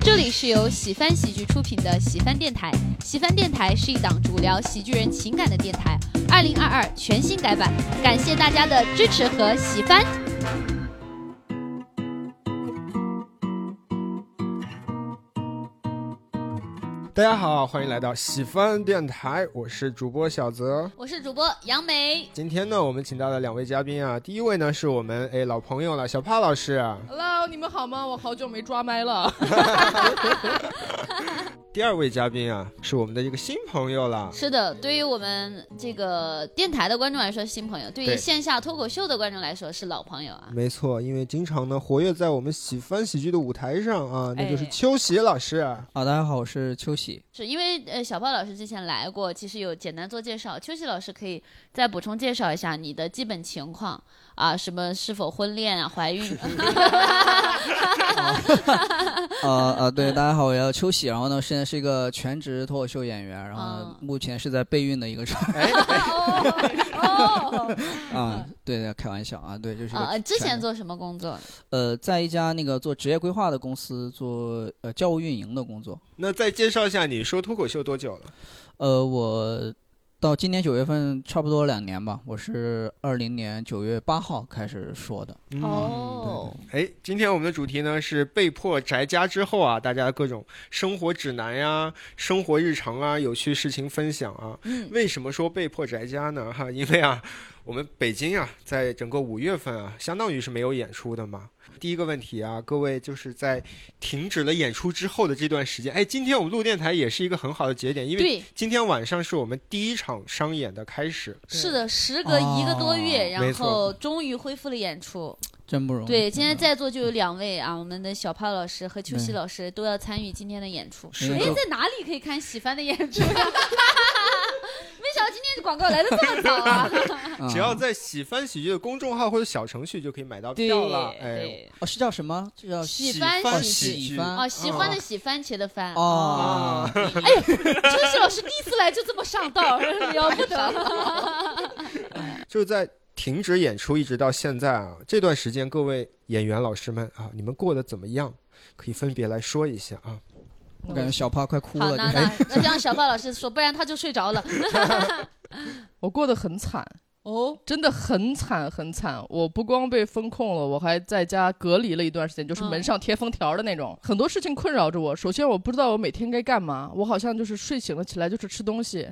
这里是由喜翻喜剧出品的喜翻电台。喜翻电台是一档主聊喜剧人情感的电台，二零二二全新改版，感谢大家的支持和喜翻。大家好，欢迎来到喜翻电台，我是主播小泽。我是主播杨梅。今天呢，我们请到了两位嘉宾啊，第一位呢是我们哎老朋友了，小帕老师。啊 Hello，你们好吗？我好久没抓麦了。第二位嘉宾啊，是我们的一个新朋友了。是的，对于我们这个电台的观众来说是新朋友，对于对线下脱口秀的观众来说是老朋友啊。没错，因为经常呢活跃在我们喜翻喜剧的舞台上啊，那就是哎秋喜老师。啊，大家好，我是秋喜。是因为呃，小豹老师之前来过，其实有简单做介绍。秋喜老师可以再补充介绍一下你的基本情况啊，什么是否婚恋啊、怀孕 呃 呃，对，大家好，我叫秋喜。然后呢，现在是一个全职脱口秀演员，然后呢嗯目前是在备孕的一个状态。哦 啊，对对，开玩笑啊，对，就是一个啊，之前全做什么工作？呃，在一家那个做职业规划的公司做呃教务运营的工作。那再介绍一下，你说脱口秀多久了？呃，我到今年九月份差不多两年吧，我是二零年九月八号开始说的。嗯哦，哎，今天我们的主题呢是被迫宅家之后啊，大家各种生活指南呀、生活日常啊、有趣事情分享啊。嗯为什么说被迫宅家呢？ 哈，因为啊，我们北京啊，在整个五月份啊，相当于是没有演出的嘛。第一个问题啊，各位就是在停止了演出之后的这段时间，哎，今天我们录电台也是一个很好的节点，因为对，今天晚上是我们第一场商演的开始。是的，时隔一个多月，哦没然错后终于恢复了演出。真不容易。对，今天真的在座就有两位啊，我们的小胖老师和秋喜对老师都要参与今天的演出。是哎，的在哪里可以看喜番的演出呀？ 没想到今天广告来的这么早 啊！ 啊只要在喜翻喜剧的公众号或者小程序就可以买到对票了。哎，对哦是叫什么？这叫喜翻欢哦喜剧喜欢哦，喜欢的喜，番茄的番。哦，哎呦，秋喜老师第一次来就这么上道，了不 得！就是在停止演出一直到现在啊，这段时间各位演员老师们啊，你们过得怎么样？可以分别来说一下啊。我感觉小帕快哭好，了。娜这娜，那让小胖老师说，不然他就睡着 了。 我过得很惨哦，真的很惨很惨。我不光被封控了，我还在家隔离了一段时间，就是嗯门上贴封条的那种。很多事情困扰着我。首先，我不知道我每天该干嘛，我好像就是睡醒了起来就是吃东西，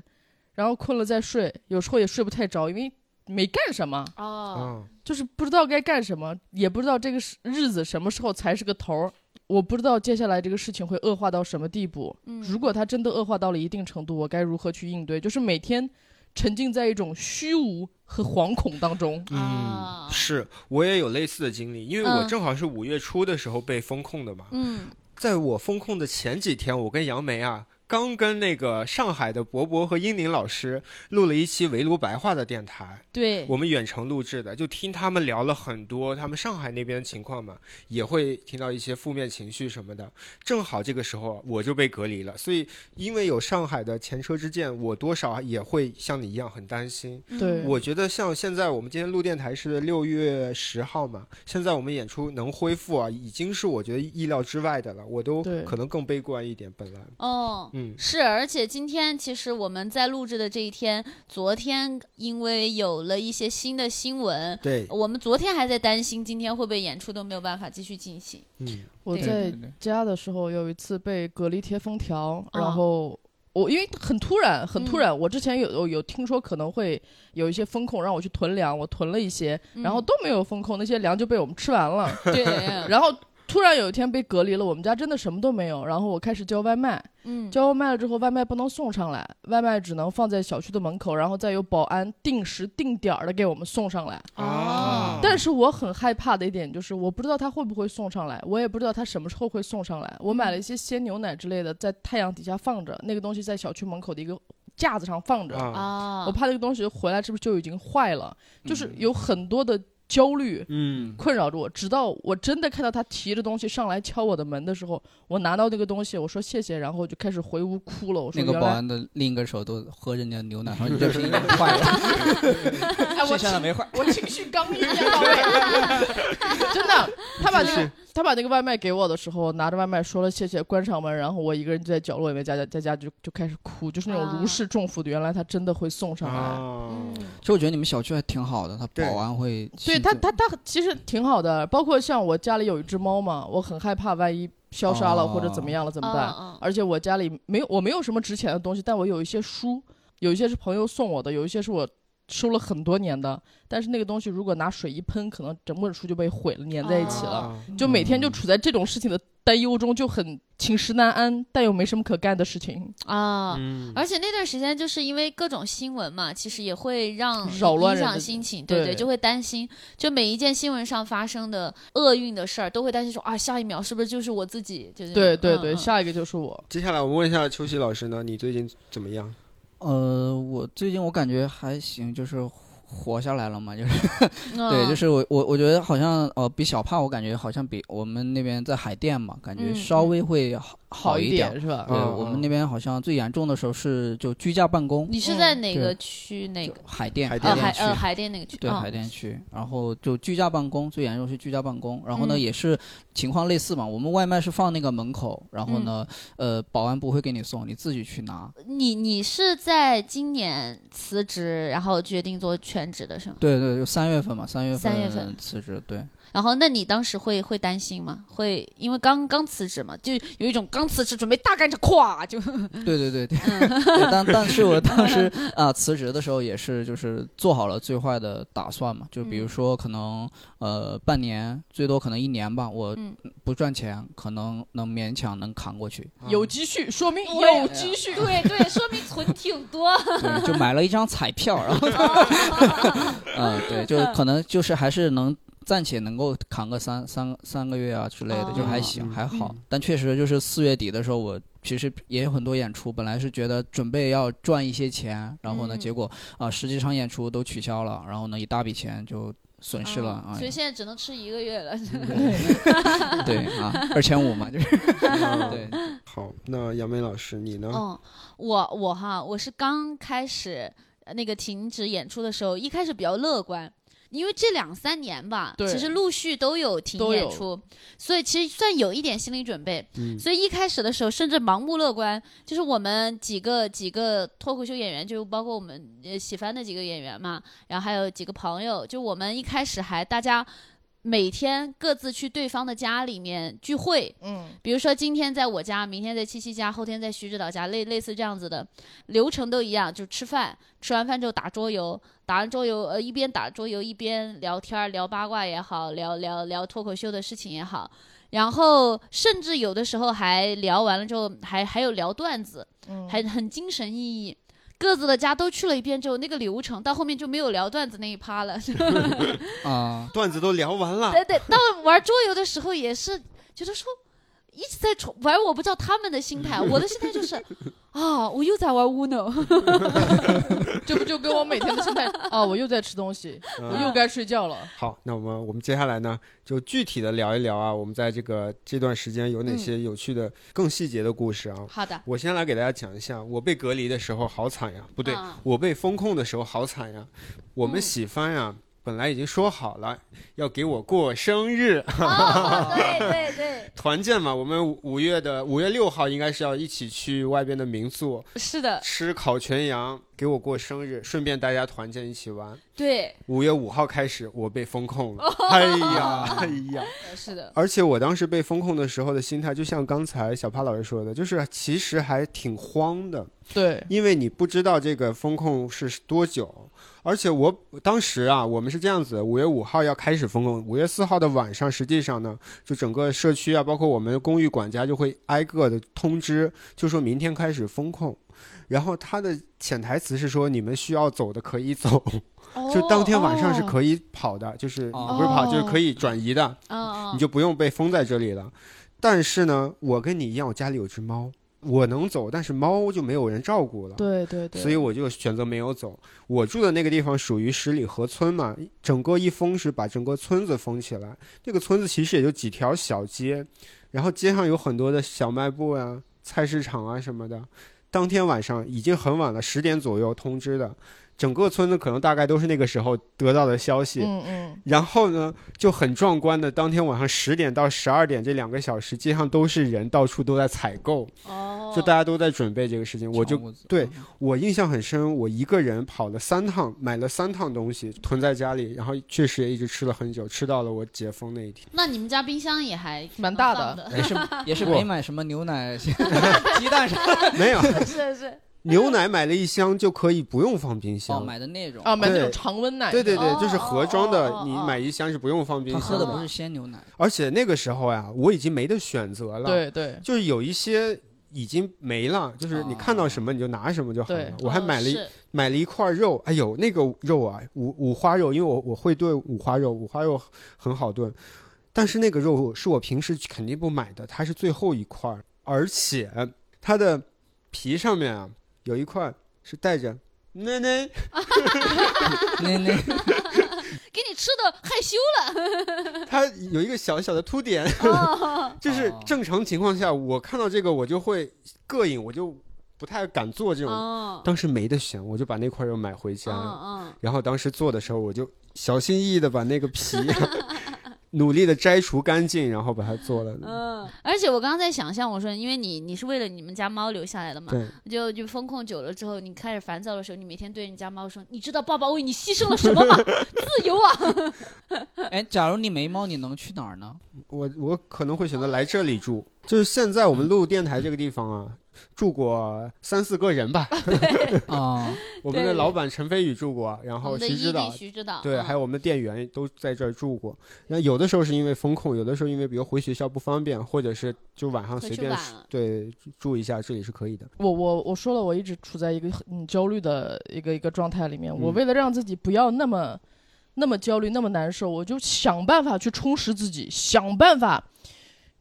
然后困了再睡，有时候也睡不太着，因为没干什么，哦，啊，就是不知道该干什么，也不知道这个时日子什么时候才是个头儿。我不知道接下来这个事情会恶化到什么地步。嗯如果它真的恶化到了一定程度，我该如何去应对？就是每天沉浸在一种虚无和惶恐当中。啊嗯是我也有类似的经历，因为我嗯正好是五月初的时候被封控的嘛。嗯，在我封控的前几天，我跟杨梅啊，刚跟那个上海的博博和英宁老师录了一期围炉白话的电台。对，我们远程录制的，就听他们聊了很多他们上海那边的情况嘛，也会听到一些负面情绪什么的。正好这个时候我就被隔离了，所以因为有上海的前车之鉴，我多少也会像你一样很担心。对我觉得像现在我们今天录电台是六月十号嘛，现在我们演出能恢复啊，已经是我觉得意料之外的了，我都对可能更悲观一点。本来，哦，嗯，是，而且今天其实我们在录制的这一天，昨天因为有了一些新的新闻，对，我们昨天还在担心今天会不会演出都没有办法继续进行。嗯，我对在家的时候有一次被隔离贴封条，啊然后我因为很突然，很嗯突然，我之前有有有听说可能会有一些风控让我去囤粮，我囤了一些，嗯然后都没有风控，那些粮就被我们吃完了。对， 然后突然有一天被隔离了，我们家真的什么都没有。然后我开始叫外卖，嗯，叫外卖了之后，外卖不能送上来，外卖只能放在小区的门口，然后再由保安定时定点的给我们送上来。啊但是我很害怕的一点就是，我不知道他会不会送上来，我也不知道他什么时候会送上来。我买了一些鲜牛奶之类的，在太阳底下放着，那个东西在小区门口的一个架子上放着，啊，啊，我怕那个东西回来是不是就已经坏了，就是嗯有很多的焦虑。嗯，困扰着我，直到我真的看到他提着东西上来敲我的门的时候，我拿到那个东西，我说谢谢，然后我就开始回屋哭了。我说那个原保来安的另一个手都喝人家的 牛奶，说你这瓶已经坏了， 哎，我啊剩下的没坏。我情绪刚一到位，真的，他把那是个他把那个外卖给我的时候，拿着外卖说了谢谢，关上门，然后我一个人就在角落里面，在 家在家就就开始哭，就是那种如释重负的。原来他真的会送上来，嗯啊，其实我觉得你们小区还挺好的，它对保安会对亲他自他他其实挺好的。包括像我家里有一只猫嘛，我很害怕万一消杀了、哦或者怎么样了怎么办？嗯嗯而且我家里没有我没有什么值钱的东西，但我有一些书，有一些是朋友送我的，有一些是我。收了很多年的，但是那个东西如果拿水一喷，可能整本书就被毁了，粘在一起了。哦啊就每天就处在这种事情的担忧中，就很寝食难安，但又没什么可干的事情，啊。嗯，而且那段时间就是因为各种新闻嘛，其实也会让扰乱影人响的心情，对对就会担心，就每一件新闻上发生的厄运的事儿，都会担心说啊，下一秒是不是就是我自己？就是对对对，嗯嗯下一个就是我。接下来我们问一下秋喜老师呢，你最近怎么样？呃，我最近我感觉还行，就是活下来了嘛，就是嗯对，就是我我我觉得好像呃比小胖，我感觉好像比我们那边在海淀嘛，感觉嗯稍微会好好一点。是吧？对，嗯我嗯们那边好像最严重的时候是就居家办公，你是在嗯哪对个区？那个海淀海呃淀海区。呃海淀那个区？对嗯海淀区，然后就居家办公，最严重是居家办公。然后呢，嗯也是情况类似嘛。我们外卖是放那个门口，然后呢，呃，保安不会给你送，你自己去拿。你你是在今年辞职，然后决定做全职的是吗？对对，就三月份嘛，三月三月份份辞职。对，然后，那你当时会会担心吗？会因为刚刚辞职嘛，就有一种刚辞职准备大干着跨 就对对 对对，对但但是我当 时啊、辞职的时候也是就是做好了最坏的打算嘛，就比如嗯说可能呃半年最多可能一年吧，我嗯不赚钱，可能能勉强能扛过去，有积蓄，说明对有积蓄。 对对，说明存挺 多。对，就买了一张彩票，然后嗯、对，就可能就是还是能。暂且能够扛个三三三个月啊之类的，就还行、哦还好嗯。但确实就是四月底的时候，我其实也有很多演出，本来是觉得准备要赚一些钱，然后呢，嗯结果啊、十几场演出都取消了，然后呢一大笔钱就损失了啊、嗯所以现在只能吃一个月了。嗯对啊，二千五嘛，就是嗯对，好，那杨梅老师你呢？嗯，我我哈，我是刚开始呃那个停止演出的时候，一开始比较乐观，因为这两三年吧，对其实陆续都有停都演有出，所以其实算有一点心理准备。嗯所以一开始的时候，甚至盲目乐观，就是我们几个几个脱口秀演员，就包括我们呃喜欢的几个演员嘛，然后还有几个朋友，就我们一开始还大家每天各自去对方的家里面聚会，嗯，比如说今天在我家，明天在七七家，后天在徐指导家，类类似这样子的流程都一样，就吃饭，吃完饭之后打桌游，打完桌游，呃，一边打桌游一边聊天儿，聊八卦也好，聊聊聊脱口秀的事情也好，然后甚至有的时候还聊完了之后，还还有聊段子，嗯还很精神奕奕。各自的家都去了一遍之后，那个流程到后面就没有聊段子那一趴了。 啊、段子都聊完了，对对，到玩桌游的时候也是觉得说一直在重玩，我不知道他们的心态，我的心态就是啊，我又在玩 Uno，这不就跟我每天的心态啊？我又在吃东西，我哎嗯又该睡觉了。好，那我们我们接下来呢，就具体的聊一聊啊，我们在这个这段时间有哪些嗯有趣的、更细节的故事啊。好 的，我先来给大家讲一下，我被隔离的时候好惨呀，不对，啊我被封控的时候好惨呀。我们嗯喜番呀，本来已经说好了要给我过生日， 哦，对对对，团建嘛，我们五五月的五月六号应该是要一起去外边的民宿是的，吃烤全羊，给我过生日，顺便大家团建一起玩。对，五月五号开始，我被封控了，哎呀，哎呀！呃是的，而且我当时被封控的时候的心态，就像刚才小帕老师说的，就是其实还挺慌的，对，因为你不知道这个风控是多久，而且我当时啊，我们是这样子，五月五号要开始封控，五月四号的晚上，实际上呢，就整个社区啊，包括我们公寓管家就会挨个的通知，就说明天开始封控。然后他的潜台词是说，你们需要走的可以走，哦就当天晚上是可以跑的，就是哦不是跑，就是可以转移的，哦，你就不用被封在这里了。但是呢，我跟你一样，我家里有只猫，我能走，但是猫就没有人照顾了。对对对。所以我就选择没有走。我住的那个地方属于十里河村嘛，整个一封是把整个村子封起来。那个村子其实也就几条小街，然后街上有很多的小卖部啊、菜市场啊什么的。当天晚上已经很晚了，十点左右通知的。整个村子可能大概都是那个时候得到的消息。嗯嗯，然后呢，就很壮观的，当天晚上十点到十二点这两个小时，街上都是人，到处都在采购，哦，就大家都在准备这个事情。 我就长屋子对我印象很深，我一个人跑了三趟，买了三趟东西，囤在家里，然后确实也一直吃了很久，吃到了我解封那一天。那你们家冰箱也还挺蛮大能放的的，也是嗯也是不没买什么牛奶、 鸡蛋啥的，没有 是是，牛奶买了一箱就可以不用放冰哦，箱。买的那种啊，买那对种常温奶，对对对哦，就是盒装的，哦哦哦你买一箱是不用放冰他箱喝的不是鲜牛奶，而且那个时候呀，我已经没得选择了。对对，就是有一些已经没了，就是你看到什么你就拿什么就好了对。我还买了一、哦买了一块肉，哎呦，那个肉啊，五五花肉，因为我我会炖五花肉，五花肉很好炖，但是那个肉是我平时肯定不买的，它是最后一块儿，而且它的皮上面啊有一块是带着。奶奶， 那那是给你吃的害羞它有一个小小的凸点，了， 就是哦正常情况下，我看到这个我就会膈应，我就不太敢做这种哦，当时没得选，我就把那块肉买回家。嗯然后当时做的时候，我就小心翼翼的把那 个皮努力的摘除干净，然后把它做了。嗯嗯，而且我刚刚在想象，我说，因为你你是为了你们家猫留下来的嘛，对，就就风控久了之后，你开始烦躁的时候，你每天对你家猫说，你知道爸爸为你牺牲了什 么吗？自由啊！哎，假如你没猫，你能去哪儿呢？我我可能会选择来这里住，就是现在我们录电台这个地方啊，住过三四个人 吧。啊，我们的老板陈飞宇住过，然我后们的徐伊指利导。徐指导，对，嗯还有我们的店员都在这儿住过。那有的时候是因为风控，有的时候因为比如回学校不方便，或者是就晚上回随去便晚了对住一下，这里是可以的。我我我说了，我一直处在一个很嗯焦虑的一个一个状态里面。我嗯为了让自己不要那么那么焦虑，那么难受，我就想办法去充实自己，想办法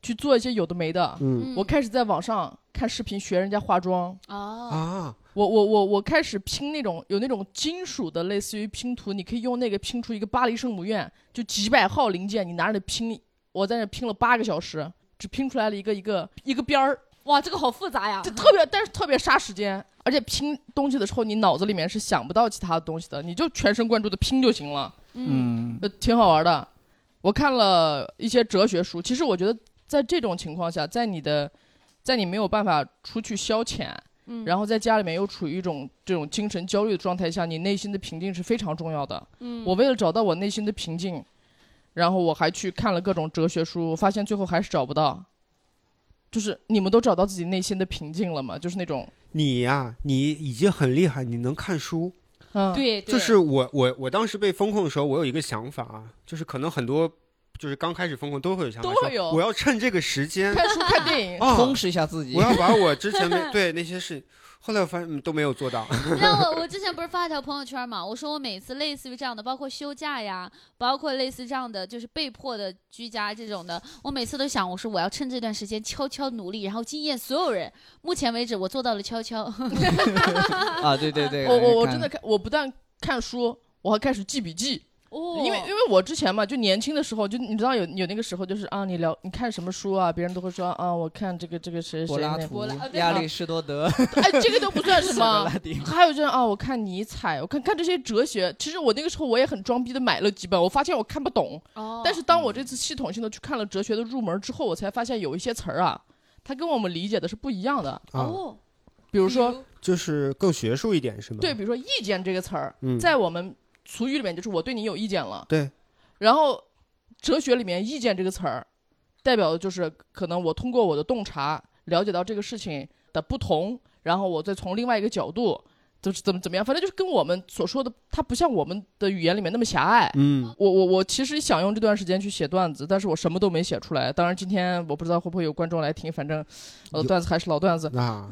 去做一些有的没的。嗯嗯我开始在网上看视频学人家化妆，哦，啊，我我我我开始拼那种有那种金属的，类似于拼图，你可以用那个拼出一个巴黎圣母院，就几百号零件，你拿着拼，我在那拼了八个小时，只拼出来了一个一个一个边儿。哇，这个好复杂呀就！特别，但是特别杀时间，而且拼东西的时候，你脑子里面是想不到其他的东西的，你就全神贯注的拼就行了，嗯，嗯，呃，挺好玩的。我看了一些哲学书，其实我觉得在这种情况下，在你的，在你没有办法出去消遣，嗯然后在家里面又处于一种这种精神焦虑的状态下，你内心的平静是非常重要的。嗯我为了找到我内心的平静，然后我还去看了各种哲学书，发现最后还是找不到。就是你们都找到自己内心的平静了吗？就是那种，你呀、你已经很厉害，你能看书。嗯，对，对就是我我我当时被风控的时候，我有一个想法啊，就是可能很多就是刚开始风控都会有想法，都说会有我要趁这个时间看书看电影，啊，充实一下自己我。要把我之前 没对那些事，后来我发现嗯都没有做到。 你知道我我之前不是发了条朋友圈嘛？我说我每次类似于这样的，包括休假呀，包括类似这样的，就是被迫的居家这种的，我每次都想，我说我要趁这段时间悄悄努力，然后惊艳所有人。目前为止，我做到了悄 悄。啊，对对 对，我我我看真的看，我不但看书，我还开始记笔记，哦因为因为我之前嘛，就年轻的时候，就你知道有有那个时候就是啊，你聊你看什么书啊，别人都会说啊，我看这个这个谁谁柏拉那图柏拉啊、对亚里士多德、哎，这个都不算 什苏格么。拉底，还有就是啊，我看尼采，我看看这些哲学，其实我那个时候我也很装逼的买了几本，我发现我看不懂，哦，但是当我这次系统性的去看了哲学的入门之后，我才发现有一些词儿啊，它跟我们理解的是不一样的。啊，哦，比比如说，就是更学术一点是吗？对，，比如说“意见”这个词儿，嗯，在我们俗语里面就是我对你有意见了。对。然后，哲学里面“意见”这个词儿，代表的就是可能我通过我的洞察了解到这个事情的不同，然后我再从另外一个角度，就是怎么怎么样，反正就是跟我们所说的，它不像我们的语言里面那么狭隘。嗯，我我我其实想用这段时间去写段子，但是我什么都没写出来。当然，今天我不知道会不会有观众来听，反正我有的段子还是老段 子，那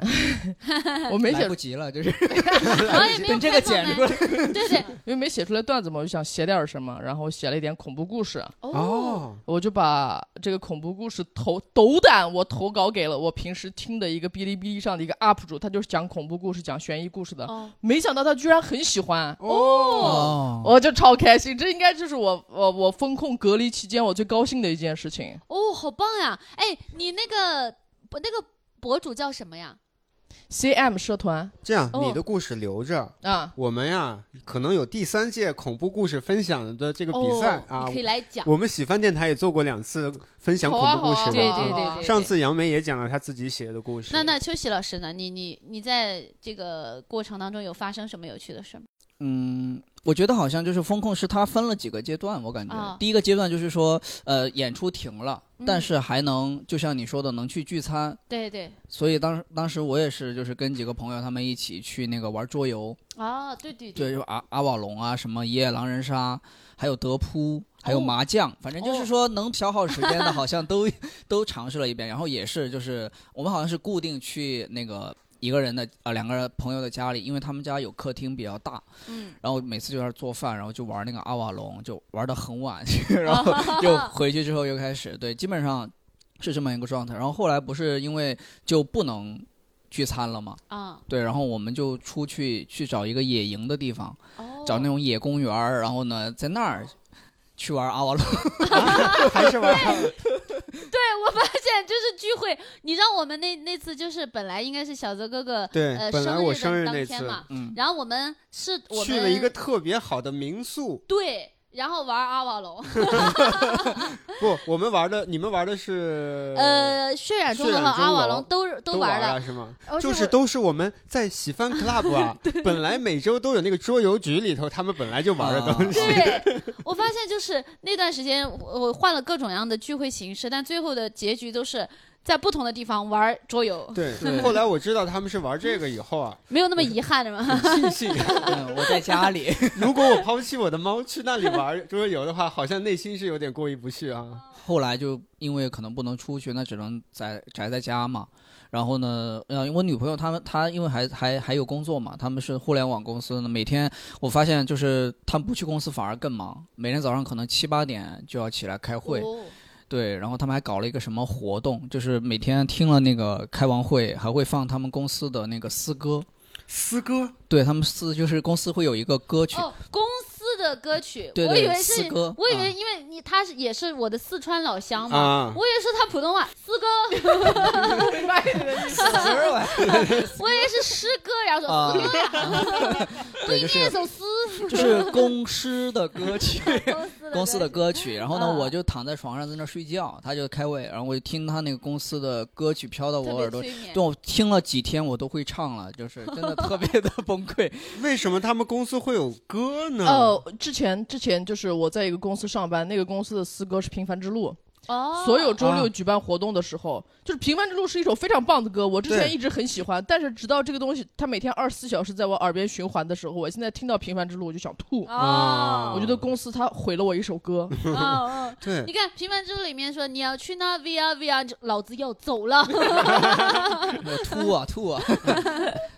我 没写来不及了，就是然后啊哎 也没有等这个开放剪麦出来。对 对，因为没写出来段子嘛，我就想写点儿什么，然后写了一点恐怖故事，啊哦，哦，我就把这个恐怖故事投斗胆我投稿给了我平时听的一个哔哩哔哩上的一个 UP 主，他就是讲恐怖故事、讲悬疑故事的，哦，没想到他居然很喜欢。哦，哦，我就超开心，这应该就是我我我风控隔离期间我最高兴的一件事情。哦，好棒呀！哎，你那个不那个博主叫什么呀？ CM 社团这样哦你的故事留着，啊，我们呀可能有第三届恐怖故事分享的这个比赛哦啊哦你可。以来讲。我们喜番电台也做过两次分享恐好啊怖故好啊事对的对好啊对对好啊对上次杨梅也讲了她自己写的故事。那那秋喜老师呢？你你你在这个过程当中有发生什么有趣的事吗？嗯，我觉得好像就是风控是它分了几个阶段，我感觉、啊第一个阶段就是说，呃，演出停了，嗯但是还能就像你说的能去聚餐，对对，所以当时当时我也是就是跟几个朋友他们一起去那个玩桌游，哦，对对对，就阿阿瓦隆啊，什么一夜狼人杀，还有德扑，还有哦麻将，反正就是说能消耗时间的，好像都 都尝试了一遍。然后也是就是我们好像是固定去那个一个人的呃两个人朋友的家里，因为他们家有客厅比较大，嗯，然后每次就在那儿做饭，然后就玩那个阿瓦隆，就玩到很晚， 然 后又回去之后又开始，对，基本上是这么一个状态。然后后来不是因为就不能聚餐了嘛，啊，对，然后我们就出去去找一个野营的地方。哦，找那种野公园儿，然后呢，在那儿去玩阿瓦隆。 还是玩对我发现就是聚会，你知道我们那那次就是本来应该是小泽哥哥 对呃，本来我生日日的那当次天嘛，嗯，然后我们是我们去了一个特别好的民宿，对，然后玩阿瓦隆，不，我们玩的，你们玩的是呃，血染钟血楼染和阿钟瓦楼隆都都玩了了，是吗？而且就是我都是我们在喜 番 club 啊，本来每周都有那个桌游局里头，他们本来就玩的啊 东西。对，我发现就是那段时间，我我换了各种样的聚会形式，但最后的结局都是在不同的地方玩桌游， 对对后来我知道他们是玩这个以后啊，没有那么遗憾的 嘛。很庆幸。嗯我在家里， 如果我抛弃我的猫去那里玩桌游的话，好像内心是有点过意不去啊。后来就因为可能不能出去，那只能宅宅在家嘛。然后呢，呃，我女朋友她们她因为还还还有工作嘛，他们是互联网公司的，每天我发现就是他们不去公司反而更忙，每天早上可能七八点就要起来开会，哦对，然后他们还搞了一个什么活动，就是每天听了那个开完会，还会放他们公司的那个私歌， 思哥，对他们私就是公司会有一个歌曲，哦，公司的歌曲，对我对以为是四哥，我以为啊因为你他是也是我的四川老乡嘛，啊，我以为是他普通话四哥， 我以为是诗歌，然后啊说四哥呀， 对，就那是首诗，就是公司的 歌曲，公公司司的的歌歌曲。然后呢，啊我就躺在床上在那睡觉，他就开会，然后我就听他那个公司的歌曲飘到特我别耳朵。催眠对，我听了几天，我都会唱了，就是真的特别的崩 溃。为什么他们公司会有歌呢？哦，之前之前就是我在一个公司上班，那个公司的诗歌是《平凡之路》，哦，所有周啊六举办活动的时候，就是《平凡之路》是一首非常棒的歌，我之前对一直很喜欢，但是直到这个东西它每天二十四小时在我耳边循环的时候，我现在听到《平凡之路》我就想吐。啊哦，我觉得公司它毁了我一首歌， 哦哦 对你，看《平凡之路》里面说你要去那 V R V R，老子要走了。我吐啊吐 啊！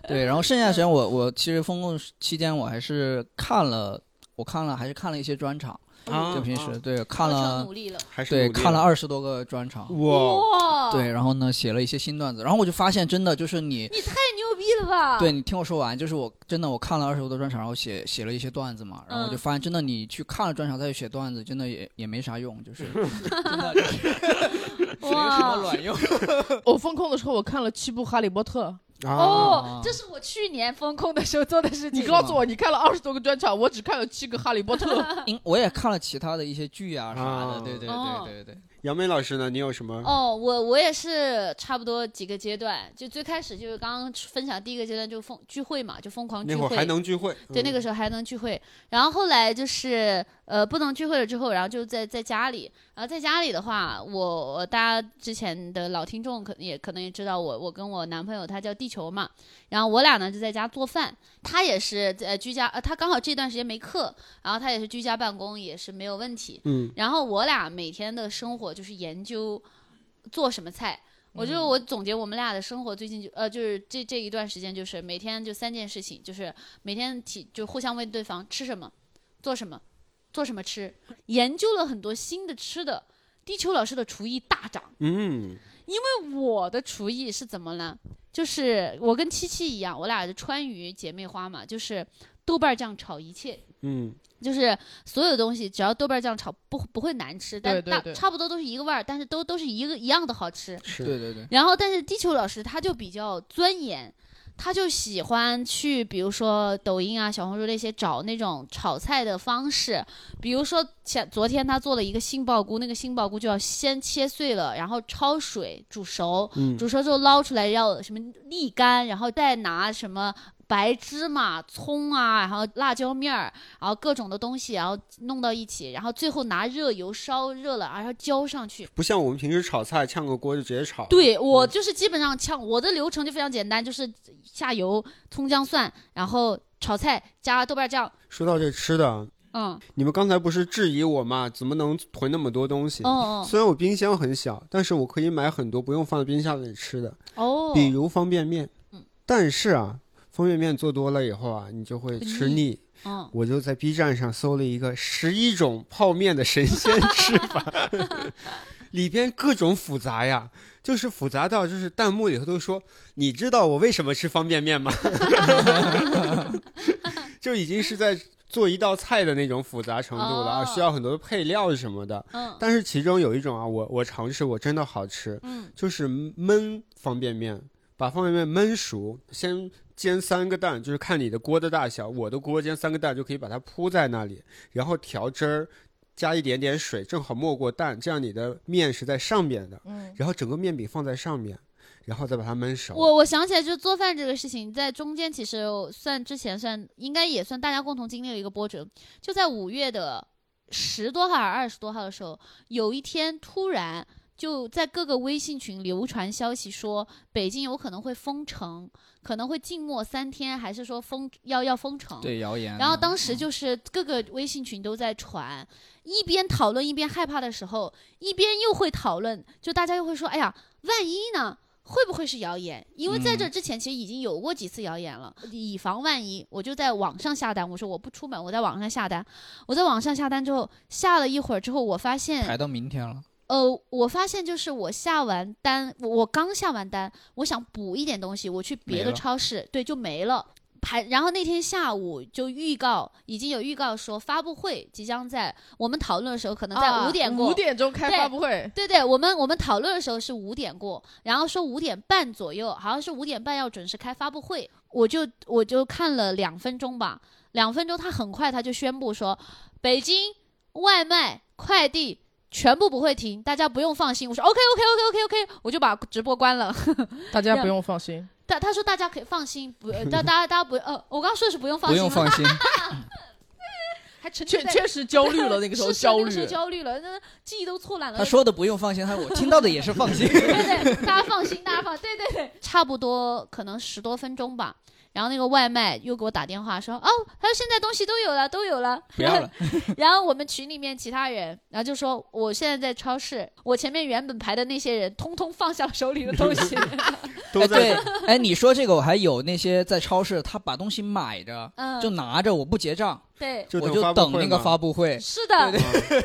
对，然后剩下的时间嗯我我其实封控期间我还是看了，我看了还是看了一些专场，啊就嗯平时啊对看我成了努力了。还是对努力看了二十多个专场，哦哇，对，，然后呢写了一些新段子，然后我就发现真的就是你你太牛逼了吧？对，你听我说完，就是我真的我看了二十多专场，然后写写了一些段子嘛，然后我就嗯发现真的你去看了专场再去写段子，真的也也没啥用， 就是真 的就是没有什么哇卵用。 我封控的时候我看了七部《哈利 波特》，啊，哦，这是我去年风控的时候做的事你情。告诉我你看了二十多个专场，我只看了七个《哈利波特》。 因我也看了其他的一些剧啊啥啊的，对对哦对对对，杨梅老师呢？你有什么？哦，我我也是差不多几个阶段，就最开始就是刚刚分享第一个阶段就疯聚会嘛，就疯狂聚那会会儿。还能聚会，对，那嗯个时候还能聚会，然后后来就是呃不能聚会了之后，然后就在在家里，然后在家里的话，我我大家之前的老听众可也可能也知道我，我跟我男朋友他叫地球嘛，然后我俩呢就在家做饭，他也是在居家，呃他刚好这段时间没课，然后他也是居家办公，也是没有问题。嗯，然后我俩每天的生活就是研究做什么菜。我嗯就我总结我们俩的生活，最近就呃就是这这一段时间就是每天就三件事情，就是每天提就互相问对方吃什么，做什么，做什么吃，研究了很多新的吃的。地球老师的厨艺大涨，嗯，那我的厨艺是怎么呢？就是我跟七七一样，我俩是川渝姐妹花嘛，就是豆瓣酱炒一切，嗯，就是所有东西只要豆瓣酱炒不不会难吃，但对对大对差不多都是一个味儿，但是都都是一个一样的好吃。是对对对，然后，但是地球老师他就比较钻研，他就喜欢去，比如说抖音啊、小红书那些找那种炒菜的方式。比如说前昨天他做了一个杏鲍菇，那个杏鲍菇就要先切碎了，然后焯水煮熟，嗯煮熟之后捞出来要什么沥干，然后再拿什么。白芝麻、葱啊，然后辣椒面儿，然后各种的东西，然后弄到一起，然后最后拿热油烧热了，然后浇上去，不像我们平时炒菜炝个锅就直接炒。，对我就是基本上呛我的流程就非常简单，就是下油、葱姜蒜，然后炒菜加豆瓣酱。说到这吃的，嗯，你们刚才不是质疑我嘛？怎么能囤那么多东西？哦虽然我冰箱很小，但是我可以买很多不用放在冰箱里吃的，哦，比如方便面嗯。但是啊，方便面做多了以后啊，你就会吃腻腻。嗯，我就在 B 站上搜了一个十一种泡面的神仙 吃法， 里边各种复杂呀，就是复杂到就是弹幕里头都说，你知道我为什么吃方便 面吗？ 就已经是在做一道菜的那种复杂程度了啊，哦需要很多配料什么的。嗯但是其中有一种啊，我我尝试我真的好吃，嗯就是焖方便面，把方便面焖熟，先煎三个蛋，就是看你的锅的大小，我的锅煎三个蛋就可以把它铺在那里，然后调汁儿，加一点点水，正好没过蛋，这样你的面是在上面的，嗯，然后整个面饼放在上面，然后再把它焖熟。我我想起来，就是做饭这个事情，在中间其实算之前算应该也算大家共同经历了一个波折，就在五月的十多号还是二十多号的时候，有一天突然就在各个微信群流传消息说，北京有可能会封城，可能会静默三天，还是说封要要封城？对谣言啊。然后当时就是各个微信群都在传，一边讨论一边害怕的时候，一边又会讨论，就大家又会说：“哎呀，万一呢？会不会是谣言？”因为在这之前其实已经有过几次谣言了，以防万一，我就在网上下单。我说我不出门，我在网上下单。我在网上下单之后，下了一会儿之后，我发现排到明天了，呃，我发现就是我下完单，我我刚下完单，我想补一点东西，我去别没的了超市，对，就没了。排，然后那天下午就预告，已经有预告说发布会即将在我们讨论的时候，可能在五点过。啊五点钟开对发布会，对对，我们我们讨论的时候是五点过，然后说五点半左右，好像是五点半要准时开发布会，我就我就看了两分钟吧，两分钟他很快他就宣布说，北京外卖快递。全部不会停，大家不用放心。我说 OK OK OK OK OK，我就把直播关了。大家让不用放心。他他说大家可以放心，不，呃大大家大家不，呃，我刚刚说的是不用放不心用吗，放 心。还沉浸确在确实焦虑了，那个时候是是焦那个时候虑。焦虑了，那记忆都错乱了。他说的不用放心，他说我听到的也是放心。对对，大家放心，大家放，对对对，差不多可能十多分钟吧。然后那个外卖又给我打电话说，哦，他说现在东西都有了，都有 了， 不要了。然后我们群里面其他人，然后就说我现在在超市，我前面原本排的那些人，通通放下了手里的东 西。都在、哎、对，哎，你说这个我还有那些在超市，他把东西买着，嗯，就拿着，我不结账，对，就我等就发布等会那个嘛发布会。是的，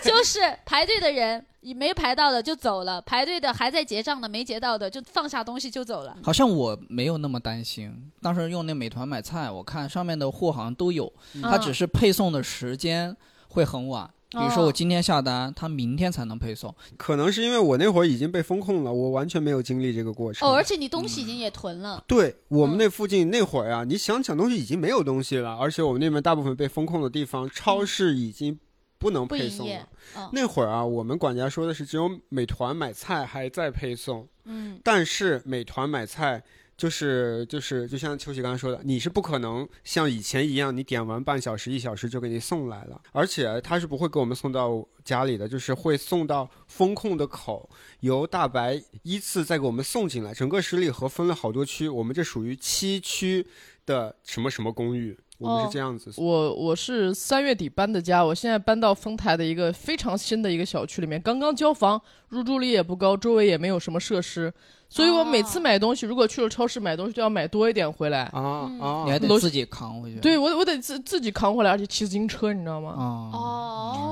就是排队的人没排到的就走了，排队的还在结账的没结到的就放下东西就走了。好像我没有那么担心，当时用那美团买菜，我看上面的货好像都有，嗯它嗯只是是配送的时间会很晚。比如说哦我今天下单，它明天才能配送。可能是因为我那会儿已经被风控了，我完全没有经历这个过程。哦，而且你嗯东西已经也囤了。对我们嗯那附近那会儿啊，你想抢东西已经没有东西了，而且我们那边大部分被风控的地方，超市已经不能嗯不配营送业了。嗯那会儿啊，我们管家说的是只有美团买菜还在配送，嗯，但是美团买菜。就是就是，就像秋喜刚才说的，你是不可能像以前一样，你点完半小时一小时就给你送来了，而且他是不会给我们送到家里的，就是会送到风控的口，由大白依次再给我们送进来。整个十里河分了好多区，我们这属于七区的什么什么公寓，我们哦是这样子。我我是三月底搬的家，我现在搬到丰台的一个非常新的一个小区里面，刚刚交房，入住率也不高，周围也没有什么设施，所以我每次哦买东西，如果去了超市买东西，都要买多一点回来。啊嗯啊！你还得楼自己扛回去。对我我得自自己扛回来，而且骑自行车，你知道吗？啊、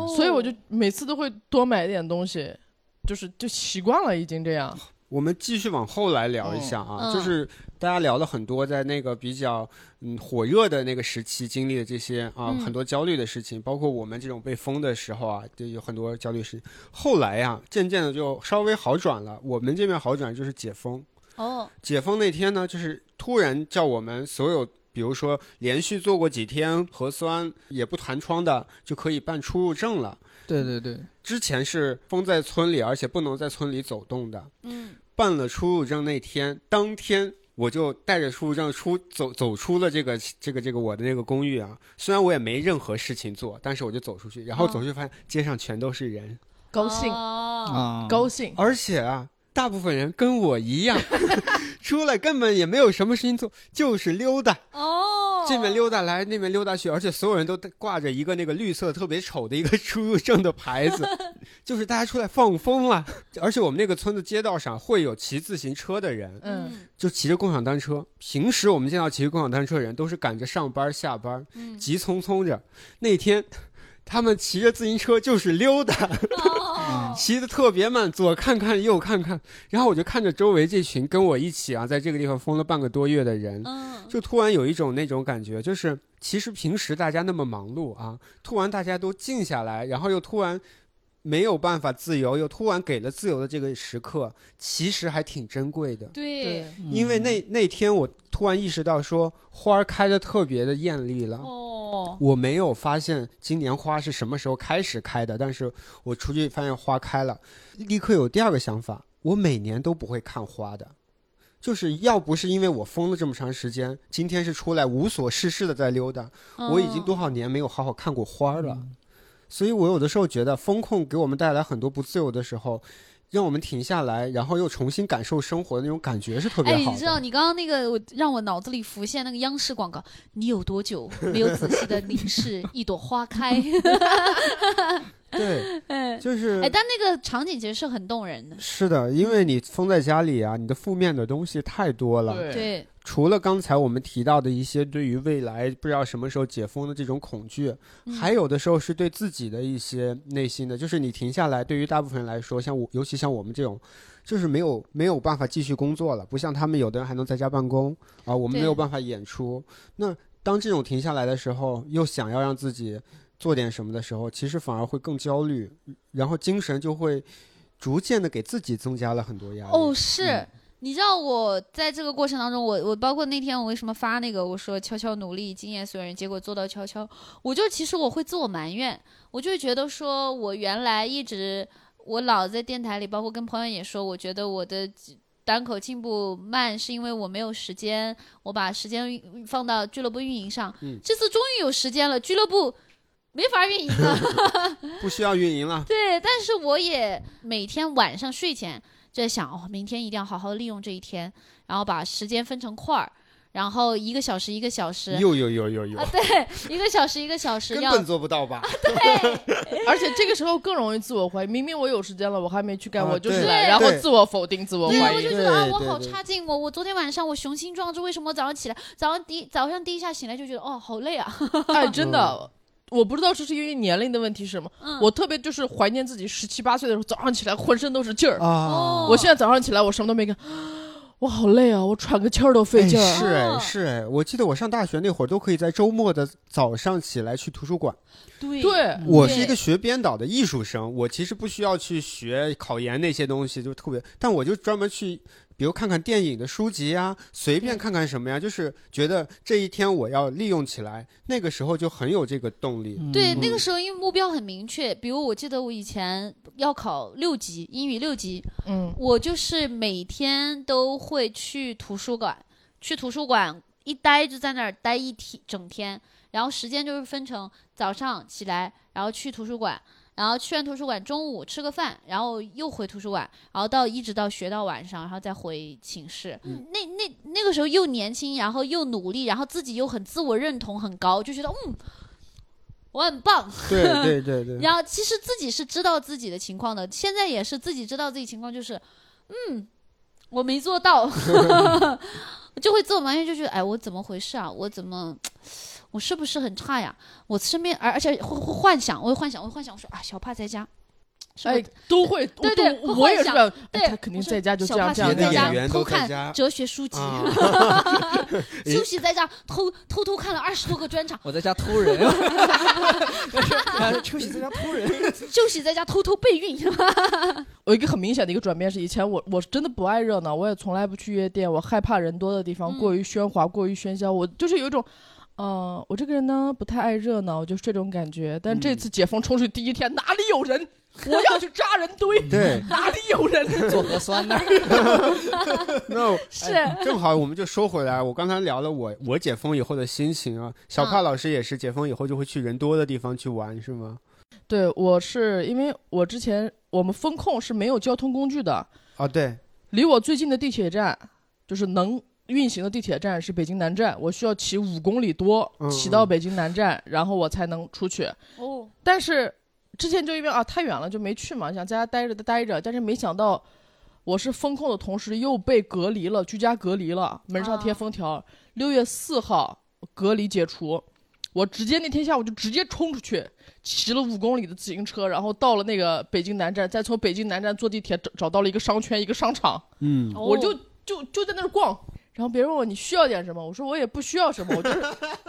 哦，所以我就每次都会多买一点东西，就是就习惯了，已经这样。我们继续往后来聊一下啊，嗯就是大家聊了很多在那个比较嗯火热的那个时期经历的这些啊、嗯很多焦虑的事情，包括我们这种被封的时候啊，就有很多焦虑事情。后来呀、渐渐的就稍微好转了。我们这边好转就是解封，哦，解封那天呢，就是突然叫我们所有。比如说，连续做过几天核酸也不弹窗的，就可以办出入证了。对对对，之前是封在村里，而且不能在村里走动的。嗯，办了出入证那天，当天我就带着出入证出走，走出了这个这个这个我的那个公寓啊。虽然我也没任何事情做，但是我就走出去，然后哦走出去发现街上全都是人，高兴哦，啊，高兴，而且啊，大部分人跟我一样，出来根本也没有什么事情做，就是溜达，哦，这边溜达来，那边溜达去，而且所有人都挂着一个那个绿色特别丑的一个出入证的牌子，就是大家出来放风了。而且我们那个村子街道上会有骑自行车的人，嗯，就骑着共享单车。平时我们见到骑共享单车的人都是赶着上班下班，嗯，急匆匆着。那天他们骑着自行车就是溜达， 啊哦，骑得特别慢，左看看右看看。然后我就看着周围这群跟我一起啊，在这个地方疯了半个多月的人，嗯，就突然有一种那种感觉，就是其实平时大家那么忙碌啊，突然大家都静下来，然后又突然没有办法自由，又突然给了自由的这个时刻，其实还挺珍贵的。对，对，因嗯为那那天我突然意识到说，花儿开的特别的艳丽了。哦，我没有发现今年花是什么时候开始开的，但是我出去发现花开了，立刻有第二个想法，我每年都不会看花的，就是要不是因为我封了这么长时间，今天是出来无所事事的在溜达，嗯嗯我已经多少年没有好好看过花了，所以我有的时候觉得风控给我们带来很多不自由的时候。让我们停下来，然后又重新感受生活的那种感觉是特别哎，好的。你知道你刚刚那个，我让我脑子里浮现那个央视广告，你有多久没有仔细的凝视一朵花开？ 对，哎，就是哎但那个场景其实是很动人的。是的，因为你封在家里啊，你的负面的东西太多了。对，对，除了刚才我们提到的一些对于未来不知道什么时候解封的这种恐惧，嗯还有的时候是对自己的一些内心的，就是你停下来，对于大部分人来说，像我，尤其像我们这种，就是没有没有办法继续工作了，不像他们有的人还能在家办公啊，我们对没有办法演出。那当这种停下来的时候，又想要让自己做点什么的时候，其实反而会更焦虑，然后精神就会逐渐的给自己增加了很多压力。哦，是。嗯你知道我在这个过程当中，我我包括那天我为什么发那个，我说悄悄努力，惊艳所有人，结果做到悄悄，我就其实我会自我埋怨，我就会觉得说我原来一直我老在电台里，包括跟朋友也说，我觉得我的单口进步慢是因为我没有时间，我把时间运放到俱乐部运营上，嗯这次终于有时间了，俱乐部没法运营了。不需要运营了。对，但是我也每天晚上睡前就在想，哦，明天一定要好好利用这一天，然后把时间分成块儿，然后一个小时一个小时，啊又又又又又，一个小时一个小时根要本做不到吧？而且这个时候更容易自我怀疑，明明我有时间了，我还没去干，啊我就对是来，然后自我否定、自我对，怀我疑就，觉得啊，对我对好对差劲，我我昨天晚上我雄心壮志，为什么我早上起来，早上第一早上第一下醒来就觉得哦好累 啊， 哎，真嗯的。我不知道这是因为年龄的问题是什么，嗯，我特别就是怀念自己十七八岁的时候，早上起来浑身都是劲儿。哦我现在早上起来我什么都没干，我好累啊，我喘个气儿都费劲儿。哎是哎哦是哎，我记得我上大学那会儿都可以在周末的早上起来去图书馆。对对，我是一个学编导的艺术生，我其实不需要去学考研那些东西，就特别，但我就专门去。比如看看电影的书籍啊，随便看看什么呀，就是觉得这一天我要利用起来，那个时候就很有这个动力。对，那嗯个时候因为目标很明确，比如我记得我以前要考六级英语六级，嗯，我就是每天都会去图书馆，去图书馆一待就在那儿待一天整天，然后时间就是分成早上起来，然后去图书馆，然后去完图书馆中午吃个饭，然后又回图书馆，然后到一直到学到晚上，然后再回寝室。嗯那那那个时候又年轻，然后又努力，然后自己又很自我认同很高，就觉得嗯。我很棒，对对对 对，然后其实自己是知道自己的情况的，现在也是自己知道自己情况，就是，嗯，我没做 到，就会自我埋怨，就觉得哎，我怎么回事啊？我怎么，我是不是很差呀？我身边，而而且会会幻想，我会幻想，我会幻想，我说啊，小帕在家，是不哎是？，都会，对我对会都我也幻是想吧，哎对他肯定我是在家就小这样帕这是样别在这的家演样，员偷都在看家哲学书籍，啊 休息在家偷偷偷看了二十多个专场，我在家偷人， 休息在家偷人，休息在家偷偷备孕。 有一个很明显的一个转变是，以前我我是真的不爱热闹，我也从来不去夜店，我害怕人多的地方，嗯过于喧哗，过于喧嚣，我就是有一种。呃，我这个人呢不太爱热闹，就是这种感觉。但这次解封冲出去第一天，哪里有人？我要去扎人堆， 对，哪里有人？ 做核酸的。那我是哎 正好我们就说回来，我刚才聊了我我解封以后的心情啊。小帕老师也是解封以后就会去人多的地方去玩，是吗？对，我是因为我之前我们风控是没有交通工具的，啊，对，离我最近的地铁站，就是能运行的地铁站是北京南站，我需要骑五公里多嗯骑到嗯北京南站，然后我才能出去。哦，但是之前就因为啊太远了就没去嘛，想在家待着待着，但是没想到我是封控的同时又被隔离了，居家隔离了，门上贴啊封条，六、月四号隔离解除。我直接那天下午就直接冲出去，骑了五公里的自行车，然后到了那个北京南站，再从北京南站坐地铁找找到了一个商圈，一个商场，嗯，我我就就就在那儿逛。然后别人问我你需要点什么，我说我也不需要什么，我就是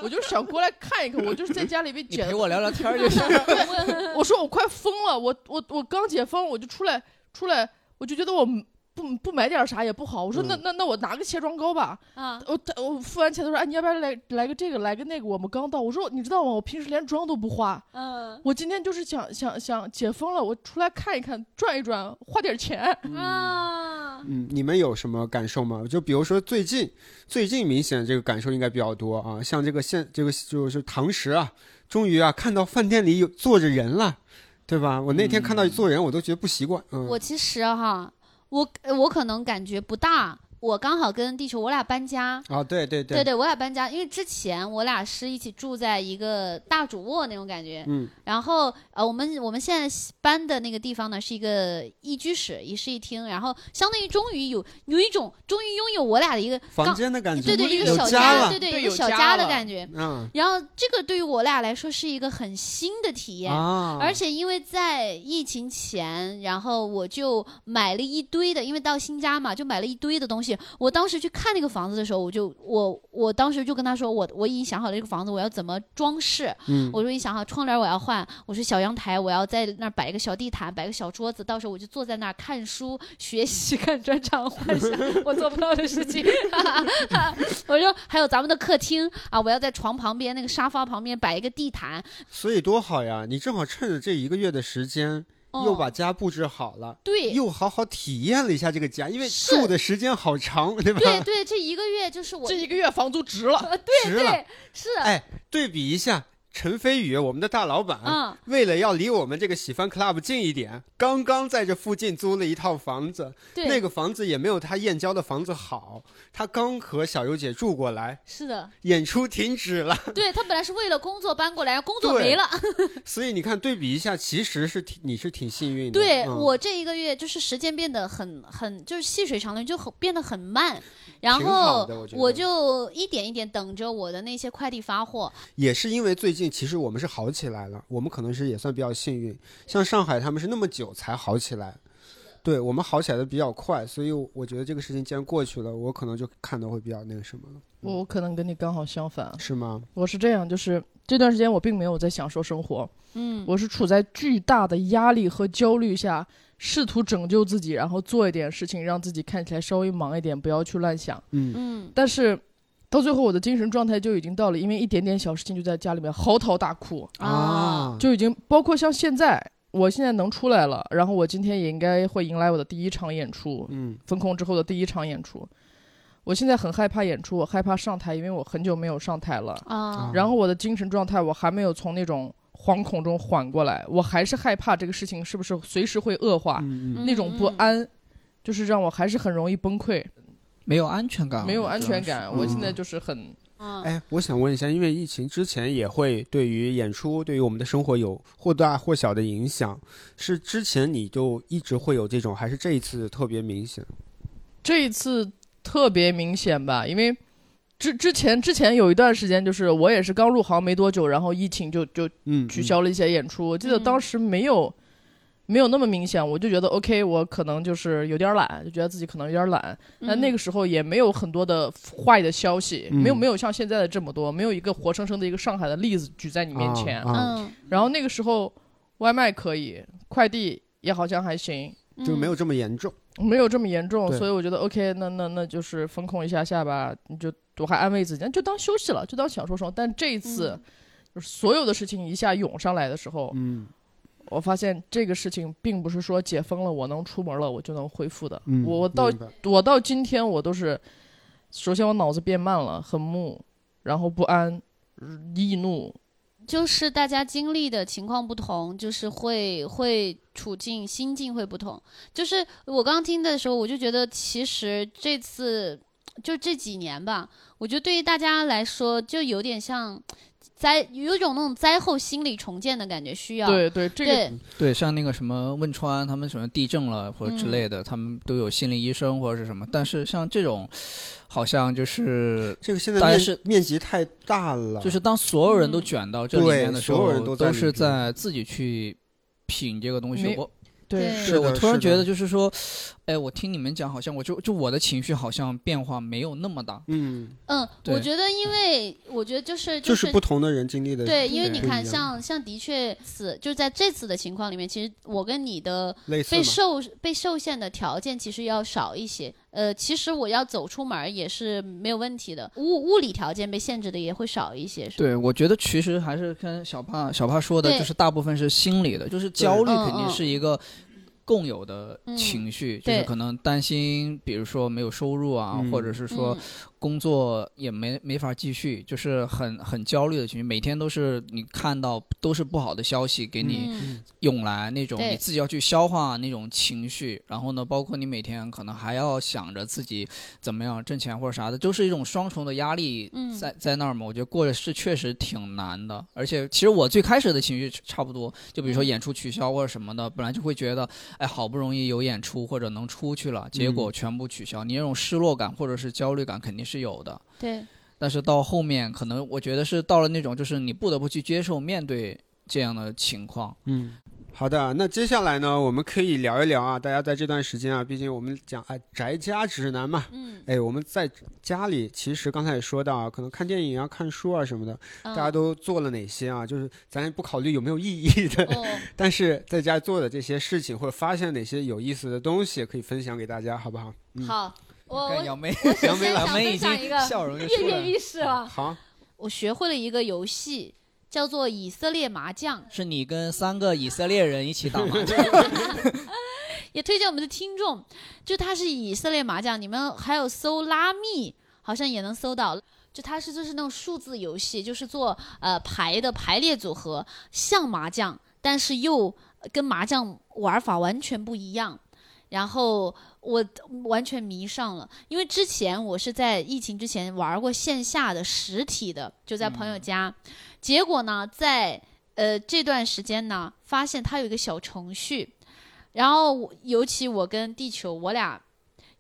我就是想过来看一看，我就是在家里被你解陪 我聊聊天儿就行。哦我说我快疯了，我我我刚解封，我就出来出来，我就觉得我不不买点啥也不好。我说那、嗯那那我拿个卸妆膏吧。啊，我他我付完钱他说哎你要不要来来个这个来个那个？我们刚到，我说你知道吗？我平时连妆都不化，嗯我今天就是想想想解封了，我出来看一看转一转，花点钱。啊，嗯，你们有什么感受吗？就比如说最近，最近明显这个感受应该比较多啊，像这个现这个就是堂食啊，终于啊看到饭店里有坐着人了，对吧？我那天看到坐人，我都觉得不习惯。嗯，我其实哈，我我可能感觉不大，我刚好跟地球我俩搬家。啊，对对对对对，我俩搬家，因为之前我俩是一起住在一个大主卧那种感觉，嗯然后呃，我们我们现在搬的那个地方呢是一个一居室、一室一厅，然后相当于终于有有一种终于拥有我俩的一个房刚间的感觉，对对一有个小家了对对对一个有小家家的了感觉。嗯然后这个对于我俩来说是一个很新的体验，啊，而且因为在疫情前，然后我就买了一堆的，因为到新家嘛，就买了一堆的东西。我当时去看那个房子的时候，我就我我当时就跟他说，我我已经想好了这个房子我要怎么装饰。嗯我说你想好窗帘我要换，我说小阳台我要在那儿摆一个小地毯，摆个小桌子，到时候我就坐在那儿看书、学习、看专 场，幻想我做不到的事情。 我说还有咱们的客厅啊，我要在床旁边那个沙发旁边摆一个地毯。所以多好呀！你正好趁着这一个月的时间，哦、又把家布置好了，对又好好体验了一下这个家，因为是住的时间好长， 对吧？对对，这一个月就是我这一个月房租值了，呃，对值了。对是，哎，对比一下，陈飞宇，我们的大老板，嗯，为了要离我们这个喜欢 club 近一点，刚刚在这附近租了一套房子，对，那个房子也没有他燕郊的房子好，他刚和小优姐住过来，是的，演出停止了，对他本来是为了工作搬过来，然后工作对没了。 所以你看对比一下，其实是挺你是挺幸运的，对、嗯、我这一个月就是时间变得很很就是细水长流，就很变得很慢。然嗯挺好后的我觉得我就一点一点等着我的那些快递发货。也是因为最近其实我们是好起来了，我们可能是也算比较幸运，像上海他们是那么久才好起来，对我们好起来的比较快，所以我觉得这个事情既然过去了，我可能就看的会比较那个什么了，我可能跟你刚好相反，啊是吗？我是这样，就是这段时间我并没有在享受生活，嗯，我是处在巨大的压力和焦虑下，试图拯救自己，然后做一点事情，让自己看起来稍微忙一点，不要去乱想。嗯，嗯，但是到最后，我的精神状态就已经到了，因为一点点小事情就在家里面嚎啕大哭，啊，就已经包括像现在，我现在能出来了，然后我今天也应该会迎来我的第一场演出，嗯封控之后的第一场演出。我现在很害怕演出，我害怕上台，因为我很久没有上台了。啊，然后我的精神状态我还没有从那种惶恐中缓过来，我还是害怕这个事情是不是随时会恶化，嗯嗯那种不安，就是让我还是很容易崩溃，没有安全啊感，没有我觉安得全是感。我现在嗯就是很嗯，哎，我想问一下，因为疫情之前也会对于演出、对于我们的生活有或大或小的影响，是之前你就一直会有这种，还是这一次特别明显？这一次特别明显吧，因为之之前之前有一段时间，就是我也是刚入行没多久，然后疫情就就嗯，取消了一些演出。我记得当时没有没有那么明显，我就觉得 OK，我可能就是有点懒，就觉得自己可能有点懒。嗯但那个时候也没有很多的坏的消息，嗯没有没有像现在的这么多，没有一个活生生的一个上海的例子举在你面前。啊啊嗯，然后那个时候外卖可以，快递也好像还行，嗯就没有这么严重。没有这么严重，对所以我觉得 OK，那那那就是风控一下下吧，你就我还安慰自己，就当休息了，就当享受生活。但这一次，嗯就是所有的事情一下涌上来的时候，嗯我发现这个事情并不是说解封了，我能出门了，我就能恢复的。嗯，我我到明白我到今天我都是，首先我脑子变慢了，很木，然后不安、易怒，就是大家经历的情况不同，就是会会处境心境会不同。就是我刚刚听的时候，我就觉得其实这次就这几年吧，我觉得对于大家来说，就有点像灾，有一种那种灾后心理重建的感觉，需要对对，这个对对，像那个什么汶川，他们什么地震了或者之类的，他们都有心理医生或者是什么。但是像这种，好像就是这个现在大家面是面积太大了，就是当所有人都嗯卷到这里面的时啊对所候，有人都在都里是面在自己去品这个东西没。我对是的我突然是觉的得就是说，哎，我听你们讲，好像我就就我的情绪好像变化没有那么大。嗯，嗯，对我觉得，因为我觉得就是就就是是不同的人经历的对，因为对你不一看，样像像的确此就在这次的情况里面，其实我跟你的类似被嘛，受被受限的条件其实要少一些。呃，其实我要走出门儿也是没有问题的，物物理条件被限制的也会少一些，是吧？对，我觉得其实还是跟小帕小帕说的，对就是大部分是心理的，就是焦虑嗯肯定嗯是一个共有的嗯情绪，就是对可能担心，比如说没有收入啊，嗯或者是说嗯工作也没没法继续，就是很很焦虑的情绪，每天都是你看到都是不好的消息给你嗯涌来那种，对你自己要去消化那种情绪，然后呢，包括你每天可能还要想着自己怎么样挣钱或者啥的，就是一种双重的压力嗯在在那儿嘛。我觉得过的是确实挺难的，而且其实我最开始的情绪差不多，就比如说嗯演出取消或者什么的，本来就会觉得，哎，好不容易有演出或者能出去了，结嗯果全部取消，你那种失落感或者是焦虑感肯定是有的。对，但是到后面，可能我觉得是到了那种，就是你不得不去接受面对这样的情况。嗯。好的，那接下来呢，我们可以聊一聊啊，大家在这段时间啊，毕竟我们讲啊宅家指南嘛，嗯，哎，我们在家里其实刚才也说到啊，可能看电影啊、看书啊什么的，大大家都做了哪些啊？就是咱也不考虑有没有意义的， 哦，但是在家做的这些事情，或者发现哪些有意思的东西，可以分享给大家，好不好？嗯，好，哦我看我杨梅， 我首杨梅先老想杨梅分已享一经个笑容就跃出来 跃了。欲试了。好，我学会了一个游戏，叫做以色列麻将。是你跟三个以色列人一起 打麻将，也推荐我们的听众，就它是以色列麻将，你们还有搜拉密，好像也能搜到。就它是就是那种数字游戏，就是做呃牌的排列组合，像麻将，但是又跟麻将玩法完全不一样。然后我完全迷上了，因为之前我是在疫情之前玩过线下的实体的，就在朋友家。结果呢，在呃这段时间呢，发现它有一个小程序，然后我尤其我跟地球，我俩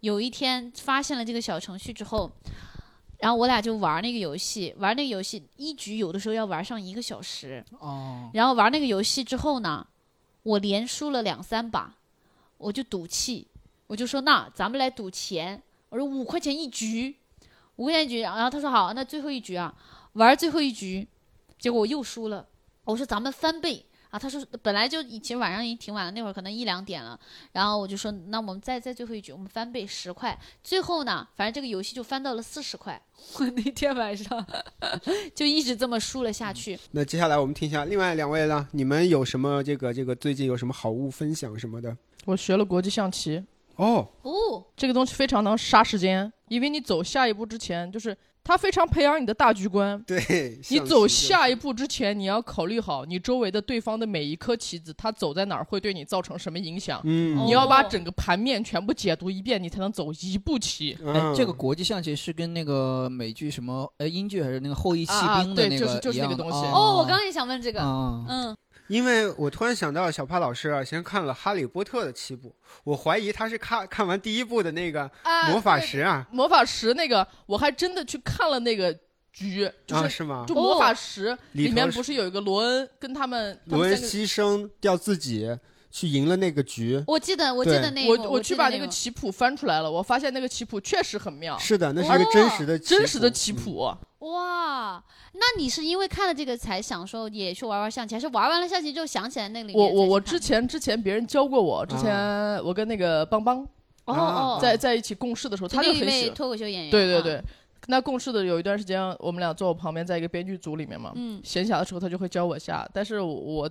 有一天发现了这个小程序之后，然后我俩就玩那个游戏，玩那个游戏一局有的时候要玩上一个小时，哦，然后玩那个游戏之后呢，我连输了两三把，我就赌气，我就说那咱们来赌钱，我说五块钱一局，五块钱一局，然后他说好，那最后一局啊，玩最后一局，结果我又输了，我说咱们翻倍。啊，他说本来就已其实晚上已经挺晚了，那会儿可能一两点了，然后我就说那我们再再最后一局，我们翻倍十块，最后呢，反正这个游戏就翻到了四十块， 我那天晚上就一直这么输了下去，那接下来我们听一下另外两位呢，你们有什么这个这个最近有什么好物分享什么的？我学了国际象棋，哦，哦，这个东西非常能杀时间，因为你走下一步之前，就是它非常培养你的大局观。对，你象走棋下一步之前，你要考虑好你周围的对方的每一颗棋子，它走在哪儿会对你造成什么影响。嗯，哦你要把整个盘面全部解读一遍，你才能走一步棋。哎嗯，这个国际象棋是跟那个美剧什么，呃，英剧还是那个《后裔骑啊啊兵》的对就是就是一样那的个东西哦，我刚刚也想问这个，啊，嗯，因为我突然想到小帕老师啊，先看了《哈利波特》的七部，我怀疑他是看看完第一部的那个啊魔法对石啊，魔法石那个，我还真的去看了那个局，就啊是是吗就？魔哦法石里里面头是不是有一个罗恩跟他们他罗们恩三个牺牲掉自己去赢了那个局。我记得，我记得对那一幕我我记去得把那一个幕棋谱翻出来了，我发现那个棋谱确实很妙，是的，那是一个真实的棋哦真实的谱棋嗯谱。哇，那你是因为看了这个才想说也去玩玩象棋，还是玩完了象棋之后想起来那里面我我我才去之前之前别人教过我，之前我跟那个邦邦看啊哦哦在在一起共事的时候，就他就另一很喜位欢。脱口秀演员，对对啊，对，那共事的有一段时间，我们俩坐我旁边，在一个编剧组里面嘛，嗯闲暇的时候他就会教我下，但是我我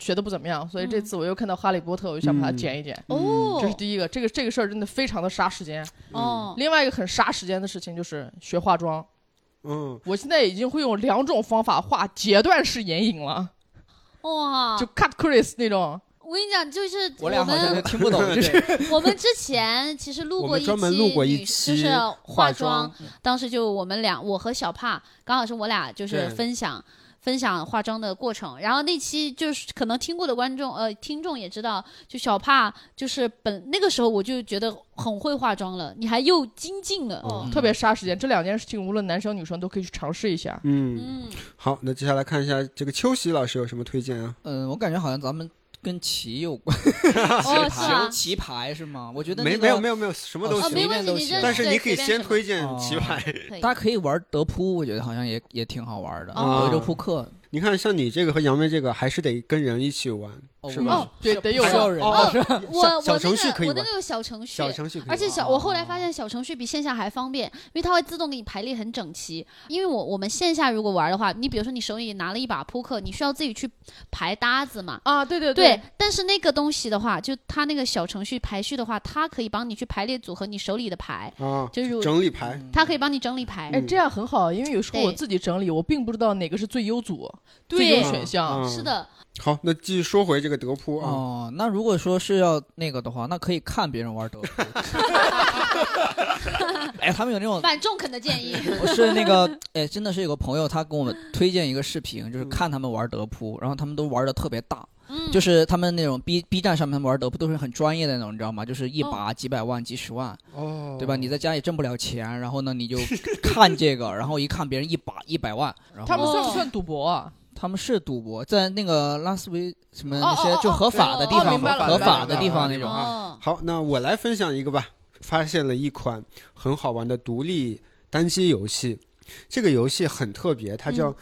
学的不怎么样，所以这嗯次我又看到《哈利波特》，我就想嗯把它剪一剪。哦，嗯这是第一嗯个，这个这个事儿真的非常的杀时间。哦，另外一个很杀时间的事情就是学化妆，嗯，我现在已经会用两种方法画截断式眼影了，哇就，cut crease 那种。我跟你讲，就是我俩好像们听不懂，就是 我们之前其实录过我们一专门录过一女就期是化妆，嗯当时就我们俩，我和小帕，刚好是我俩就是对分享分享化妆的过程。然后那期就是可能听过的观众呃听众也知道，就小帕就是本那个时候我就觉得很会化妆了，你还又精进了。哦特别杀时间。这两件事情，无论男生女生都可以去尝试一下。嗯， 嗯，好，那接下来看一下这个秋喜老师有什么推荐啊？嗯，我感觉好像咱们跟棋有关，哦是棋吗？棋牌是吗？我觉得没那个没有没有没有，什么都哦，随没行，便问题，都你行这但是对你可以随便先什么推荐哦棋牌。可以大家可以玩德扑，我觉得好像也也挺好玩的，哦德州扑克 你看，像你这个和杨梅这个，还是得跟人一 起玩，是哦吧？对，得有还 要个人哦，我小我小那程序可个以我那，玩个有小程序，小程序可以玩，而且小，我后来哦发现小程序比线下还方便，因为它会自动给你排列很整齐。因为我我们线下如果玩的话，你比如说你手里拿了一把扑克，你需要自己去排搭子嘛。啊，对对对，但是那个东西的话，就它那个小程序排序的话，它可以帮你去排列组合你手里的牌，啊，就是如整理牌，它可以帮你整理牌。嗯哎，这样很好，因为有时候对我自己整理，我并不知道哪个是最优组、最对优选项。嗯是。的，好，那继续说回这个德扑啊，哦，那如果说是要那个的话，那可以看别人玩 德扑。哎，他们有那嗯种，蛮中肯的建 议。我是那个，哎，真的是有个朋友，他跟我们推荐一个视频，就是嗯看他们玩德扑，然后他们都玩的特别大，嗯，就是是他们那种 B B 站上面玩德扑都是很专业的那种，你知道吗？就是哦一把几百万、几十万，哦对吧？你在家里挣不了钱，然后呢， 你就看这个，然后一看别人一把一百万，然他们后算不算赌博啊？他们是赌博，在那个拉斯维什么哦那些哦哦就合法的地哦方明白了嘛，合明白了法的地方那种。啊哦，好，那我来分享一个吧。发现了一款很好玩的独立单机游戏，这个游戏很特别，嗯它叫、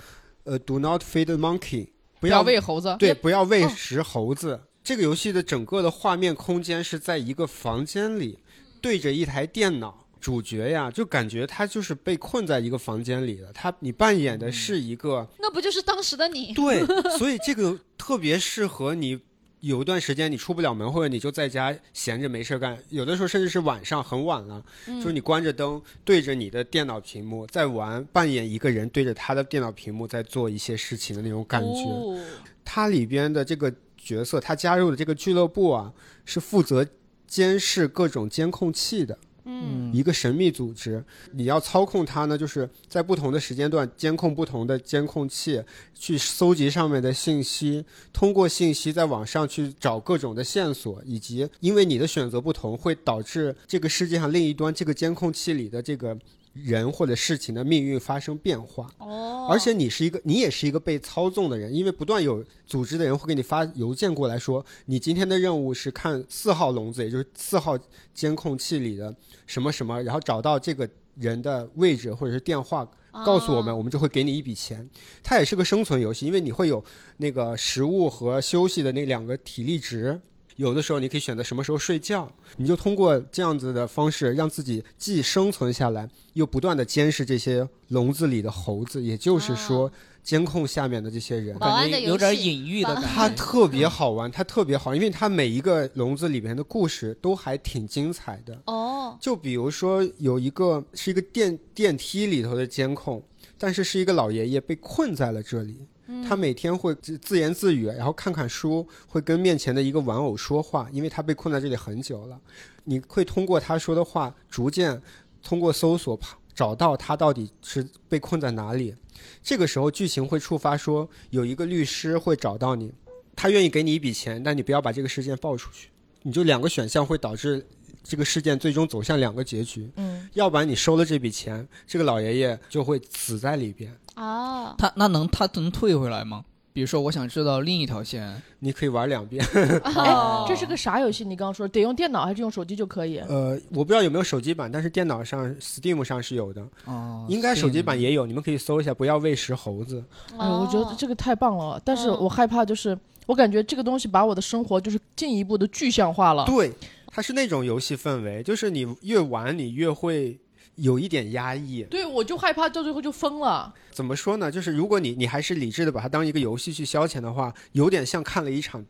呃 “Do Not Feed the Monkey”，不不要喂猴子。对，不要喂哦食猴子。这个游戏的整个的画面空间是在一个房间里，对着一台电脑。主角呀，就感觉他就是被困在一个房间里了。他你扮演的是一个那不就是当时的你？对，所以这个特别适合你。有一段时间你出不了门，或者你就在家闲着没事儿干，有的时候甚至是晚上很晚了，就是你关着灯，对着你的电脑屏幕在玩，扮演一个人对着他的电脑屏幕在做一些事情的那种感觉。哦它里边的这个角色，他加入的这个俱乐部啊，是负责监视各种监控器的。嗯一个神秘组织，你要操控它呢，就是在不同的时间段监控不同的监控器，去搜集上面的信息，通过信息在网上去找各种的线索，以及因为你的选择不同，会导致这个世界上另一端这个监控器里的这个人或者事情的命运发生变化。哦，而且你是一个，你也是一个被操纵的人，因为不断有组织的人会给你发邮件过来说，你今天的任务是看四号笼子，也就是四号监控器里的什么什么，然后找到这个人的位置或者是电话，告诉我们，啊我们就会给你一笔钱。它也是个生存游戏，因为你会有那个食物和休息的那两个体力值。有的时候你可以选择什么时候睡觉，你就通过这样子的方式，让自己既生存下来，又不断的监视这些笼子里的猴子，也就是说，监控下面的这些人。保安感的觉游有点戏隐喻的保感它觉。特别好玩，它特别好，因为它每一个笼子里面的故事都还挺精彩的。哦，就比如说有一个是一个电电梯里头的监控，但是是一个老爷爷被困在了这里。他每天会自自言自语，然后看看书，会跟面前的一个玩偶说话，因为他被困在这里很久了。你会通过他说的话，逐渐通过搜索爬找到他到底是被困在哪里。这个时候剧情会触发说，有一个律师会找到你，他愿意给你一笔钱，但你不要把这个事件报出去。你就两个选项会导致这个事件最终走向两个结局，嗯，要不然你收了这笔钱，这个老爷爷就会死在里边。哦，他那能他能退回来吗？比如说，我想知道另一条线，你可以玩两遍。哎，哦这是个啥游戏？你刚刚说得用电脑还是用手机就可以？呃，我不知道有没有手机版，但是电脑上 Steam 上是有的，哦，应该手机版也也有，你们可以搜一下。不要喂食猴子。哎，我觉得哦这个太棒了，但是嗯我害怕就是，我感觉这个东西把我的生活就是进一步的具象化了。对，它是那种游戏氛围，就是你越玩你越会有一点压抑。对，我就害怕到最后就疯了。怎么说呢？就是如果你你还是理智的把它当一个游戏去消遣的话，有点像看了一场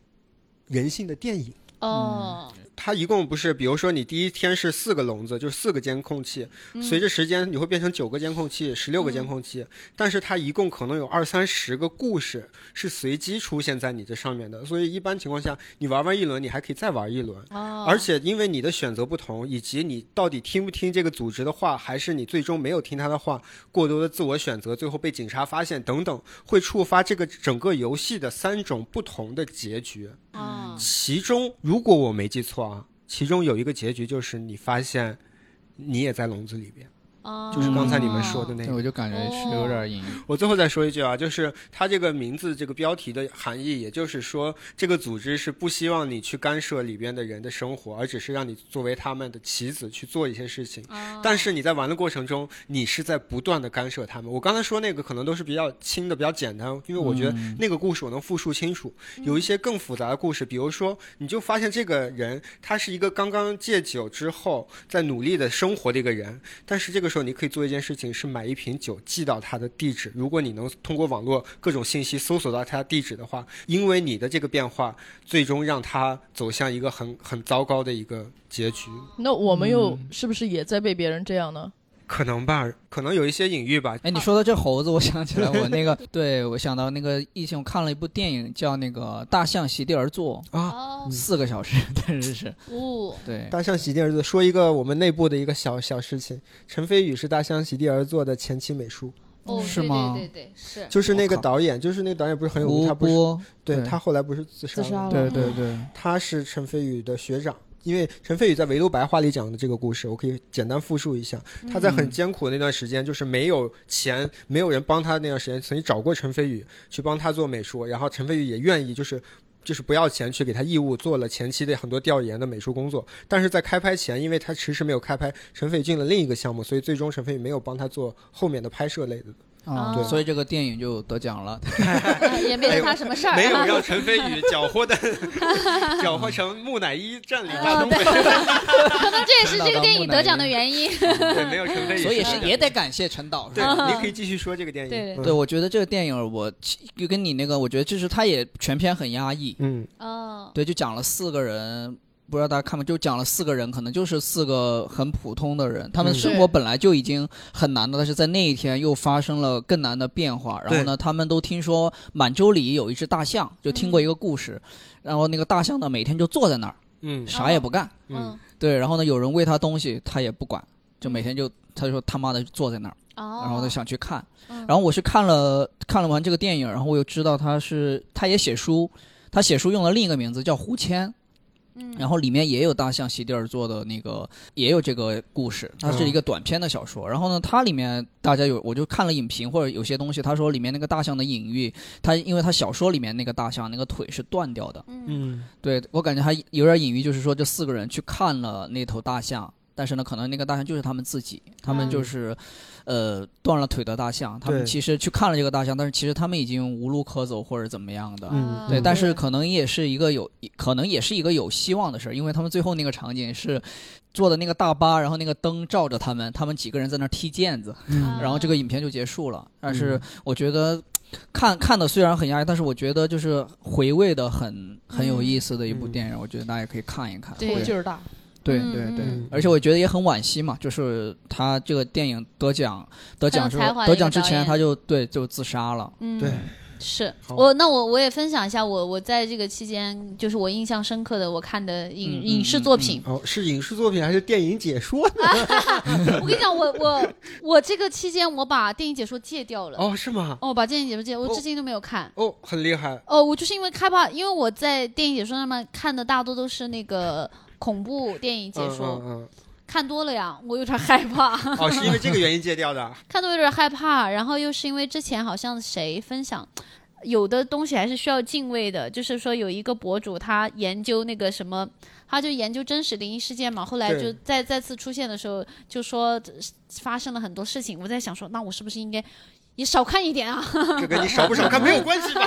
人性的电影。哦，它一共不是，比如说你第一天是四个笼子，就是四个监控器，嗯随着时间你会变成九个监控器、十六个监控器，但是它一共可能有二三十个故事是随机出现在你这上面的，所以一般情况下你玩完一轮，你还可以再玩一轮。嗯哦，而且因为你的选择不同，以及你到底听不听这个组织的话，还是你最终没有听他的话，过多的自我选择，最后被警察发现等等，会触发这个整个游戏的三种不同的结局。哦其中，如果我没记错啊，其中有一个结局就是你发现你也在笼子里边，哦就是刚才你们说的那对，个。我就感觉是有点隐我最后再说一句啊，就是它这个名字这个标题的含义，也就是说，这个组织是不希望你去干涉里边的人的生活，而只是让你作为他们的棋子去做一些事情。哦但是你在玩的过程中，你是在不断的干涉他们。我刚才说那个可能都是比较轻的、比较简单，因为我觉得那个故事我能复述清楚。有一些更复杂的故事，比如说，你就发现这个人他是一个刚刚戒酒之后在努力的生活的一个人，但是这个时候你可以做一件事情，是买一瓶酒寄到他的地址。如果你能通过网络各种信息搜索到他的地址的话，因为你的这个变化，最终让他走向一个很很糟糕的一个结局。那我们又嗯是不是也在被别人这样呢？可能吧，可能有一些隐喻吧。哎，你说到这猴子，我想起来我那个，对我想到那个疫情，我看了一部电影叫那个《大象席地而坐啊，哦》，四个小时，但 是是哦，对，大象席地而坐。说一个我们内部的一个小小事情，陈飞宇是大象席地而坐的前期美术，哦嗯是对吗对对对， 是。就是那个我靠导演，就是那个导演不是很有名，吴他不是波，对对他后来不是自杀自杀了了吗，对对对，他是陈飞宇的学长。因为陈飞宇在《围炉白话》里讲的这个故事，我可以简单复述一下。他在嗯很艰苦的那段时间，就是没有钱、没有人帮他那段时间，曾经找过陈飞宇去帮他做美术，然后陈飞宇也愿意，就是就是不要钱去给他义务做了前期的很多调研的美术工作。但是在开拍前，因为他迟迟没有开拍，陈飞宇进了另一个项目，所以最终陈飞宇没有帮他做后面的拍摄类的。啊、对所以这个电影就得奖了。呃也没有他什么事 儿，没有让陈飞宇搅和的搅和成木乃伊占领大东北， 可能这也是这个电影得奖的原因。对，没有陈飞宇， 所以是也得感谢陈导，是吧？对，你可以继续说这个电影。对对，我觉得这个电影我其就跟你那个，我觉得就是它也全片很压抑，嗯，哦，对，就讲了四个人，不知道大家看没？就讲了四个人，可能就是四个很普通的人，他们嗯生活本来就已经很难的，但是在那一天又发生了更难的变化。然后呢，他们都听说满洲里有一只大象，就听过一个故事，然后那个大象呢每天就坐在那儿，嗯啥也不干。嗯嗯，对，然后呢，有人喂它东西，它也不管，就每天就他就说他妈的坐在那儿，哦，然后呢想去看。嗯，然后我是看了看了完这个电影，然后我又知道他是他也写书，他写书用了另一个名字叫胡谦，嗯，然后里面也有大象席地而坐的那个也有这个故事，它是一个短篇的小说。然后呢，它里面大家有我就看了影评或者有些东西，他说里面那个大象的隐喻，他因为他小说里面那个大象那个腿是断掉的，嗯嗯对我感觉还有点隐喻，就是说这四个人去看了那头大象，但是呢，可能那个大象就是他们自己，他们就是，呃，断了腿的大象，他们嗯对其实去看了这个大象，但是其实他们已经无路可走或者怎么样的。嗯，对，但是对可能也是一个有，可能也是一个有希望的事儿，因为他们最后那个场景是坐的那个大巴，然后那个灯照着他们，他们几个人在那儿踢毽子，嗯然后这个影片就结束了。但是嗯我觉得看看的虽然很压抑，但是我觉得就是回味的很很嗯有意思的一部电影，我觉得大家可以看一看。对会劲儿大，对嗯对嗯对嗯，而且我觉得也很惋惜嘛，就是他这个电影得奖得奖之很有才后华，的一得个奖之导前演他就对就自杀了。嗯对，是好我那我我也分享一下我我在这个期间就是我印象深刻的我看的影、嗯嗯影视作品。哦，是影视作品还是电影解说呢？嗯我跟你讲，我我我这个期间我把电影解说戒掉了。哦，哦，是吗？我把电影解说戒，我哦至今都没有看。哦，很厉害。哦，我就是因为害怕，因为我在电影解说上面看的大多都是那个恐怖电影解说，嗯看多了呀，我有点害怕。 嗯嗯，哦，是因为这个原因戒掉的。看到有点害怕，然后又是因为之前好像谁分享，有的东西还是需要敬畏的。就是说，有一个博主他研究那个什么，他就研究真实灵异事件嘛，后来对就再再次出现的时候，就说呃发生了很多事情。我在想说，那我是不是应该？也少看一点啊！ 这跟你少 不少看没有关系吧？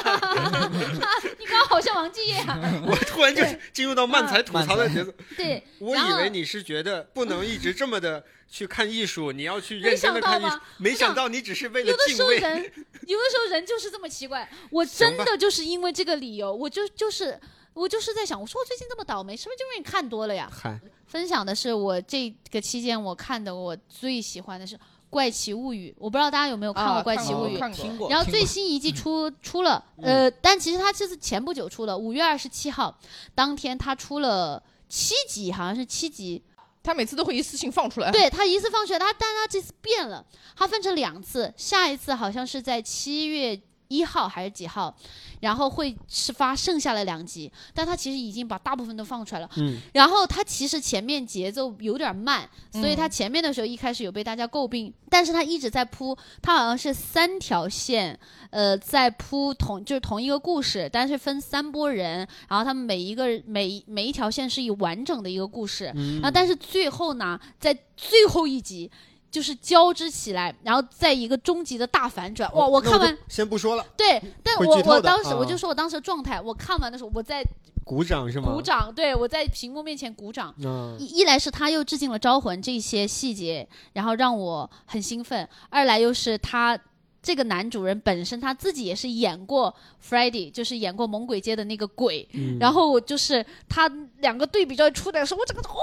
你刚刚好像王继业啊，我突然就进入到漫才吐槽的节奏， 对，我以为你是觉得不能一直这么的去看艺术，你要去认真的看艺没想术到吧，没想到你只是为了有的时敬候畏人，。 有的时候人就是这么奇怪。我真行的就是因为这个理由，我就就是我就是在想，我说我最近这么倒霉，是不是就因为你看多了呀？嗨，嗯分享的是我这个期间我看的我最喜欢的是《怪奇物语》，我不知道大家有没有看过啊《怪奇看物过语》看过听过。然后听最过新一季出嗯出了，呃，但其实它这是前不久出的，五月二十七号当天它出了七集，好像是七集，他每次都会一次性放出来。对他一次放学，他但他这次变了，他分成两次，下一次好像是在七月一号还是几号，然后会是发剩下的两集，但他其实已经把大部分都放出来了。嗯，然后他其实前面节奏有点慢，所以嗯他前面的时候一开始有被大家诟病，但是他一直在铺，他好像是三条线，呃，在铺同就是同一个故事，但是分三波人，然后他们每一个每一每一条线是以完整的一个故事，嗯然后但是最后呢，在最后一集。就是交织起来，然后在一个终极的大反转，哇！哦我那看完就，先不说了，对，但会我剧透我的当时我啊就说我当时的状态，我看完的时候我在鼓掌是吗？鼓。掌，对我在屏幕面前鼓掌，嗯，一一来是他又致敬了《招魂》这些细节，然后让我很兴奋；二来又是他这个男主人本身他自己也是演过 Freddy，就是演过《猛鬼街》的那个鬼。嗯然后我就是他两个对比照出来的时候，我整个哦，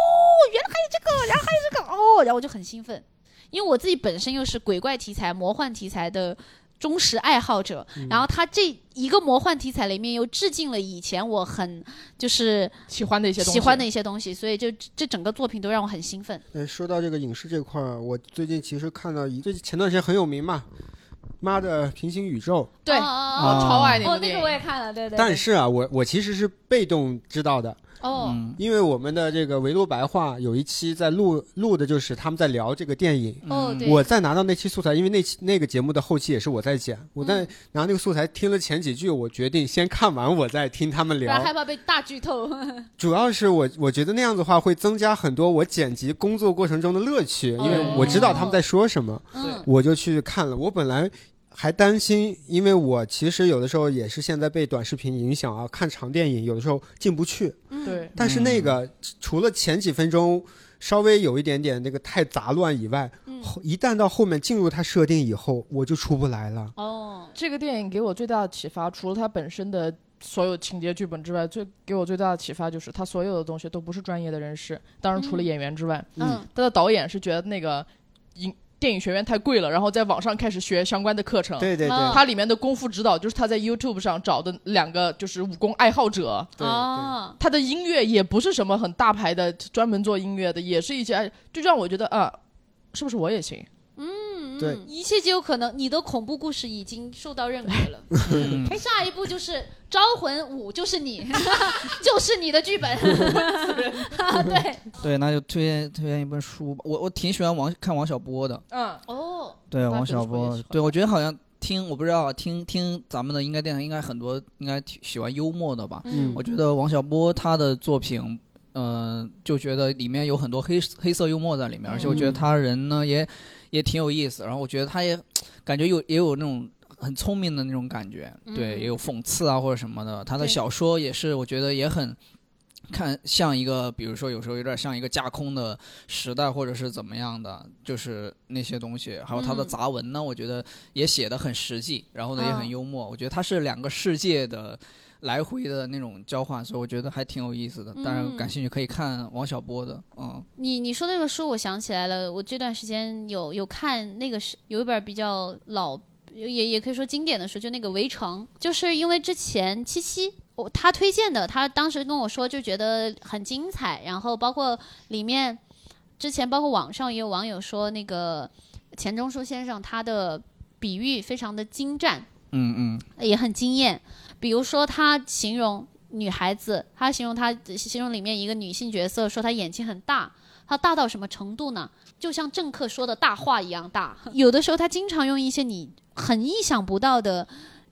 原来还有这个，然后还有这个哦，然后我就很兴奋，因为我自己本身又是鬼怪题材、魔幻题材的。忠实爱好者，然后他这一个魔幻题材里面又致敬了以前我很就是喜欢的一些东西，喜欢的一些东西，所以就这这整个作品都让我很兴奋。哎，说到这个影视这块儿，我最近其实看到一，最近前段时间很有名嘛，妈的平行宇宙。对哦我哦啊超爱哦哦，那部那电个影。我也看了，对对。对但是啊，我我其实是被动知道的，哦，嗯，因为我们的这个围炉白话有一期在录录的就是他们在聊这个电影。哦嗯对我在拿到那期素材，因为那期那个节目的后期也是我在剪，我在嗯拿那个素材听了前几句，我决定先看完，我再听他们不然害聊。怕被大剧透。嗯主要是我我觉得那样子的话会增加很多我剪辑工作过程中的乐趣，因为我知道他们在说什么，嗯，我就去看了。我本来还担心，因为我其实有的时候也是现在被短视频影响啊，看长电影有的时候进不去。嗯，对，但是那个、除了前几分钟稍微有一点点那个太杂乱以外，嗯后一旦到后面进入它设定以后，我就出不来了。哦，这个电影给我最大的启发，除了它本身的所有情节剧本之外，最给我最大的启发就是它所有的东西都不是专业的人士，当然除了嗯演员之外，嗯，他的导演是觉得那个影电影学院太贵了，然后在网上开始学相关的课程。对对对，啊它里面的功夫指导就是他在 YouTube 上找的两个就是武功爱好者，对哦，他的音乐也不是什么很大牌的，专门做音乐的，也是一些就让我觉得啊，是不是我也行？嗯对嗯一切皆有可能。你的恐怖故事已经受到认可了，嗯 下一步就是《招魂五》，就是你， 就是你的剧本。对，对，那就推荐推荐一本书吧。我我挺喜欢王看王小波的，嗯，哦，对那王本小书也波是，对我觉得好像听我不知道啊听听咱们的应该电台应该很多应该挺喜欢幽默的吧。嗯我觉得王小波他的作品，嗯、就觉得里面有很多黑黑色幽默在里面，而且我觉得嗯他人呢也也挺有意思，然后我觉得他也感觉有也有那种。很聪明的那种感觉，对，嗯也有讽刺啊或者什么的。他的对小说也是，我觉得也很看像一个，比如说有时候有点像一个架空的时代，或者是怎么样的，就是那些东西。还有他的嗯杂文呢，我觉得也写的很实际，然后呢也啊很幽默。我觉得他是两个世界的来回的那种交换，所以我觉得还挺有意思的。当然嗯感兴趣可以看王小波的，嗯，你你说那个书，我想起来了，我这段时间有有看那个是有一本比较老，也也可以说经典的书，就那个《围城》，就是因为之前七七。我他推荐的，他当时跟我说就觉得很精彩，然后包括里面之前包括网上也有网友说那个钱钟书先生他的比喻非常的精湛，嗯嗯，也很惊艳。比如说，他形容女孩子，他形容她形容里面一个女性角色，说她眼睛很大，她大到什么程度呢？就像政 客说的大话一样大。有的时候，他经常用一些你很意想不到的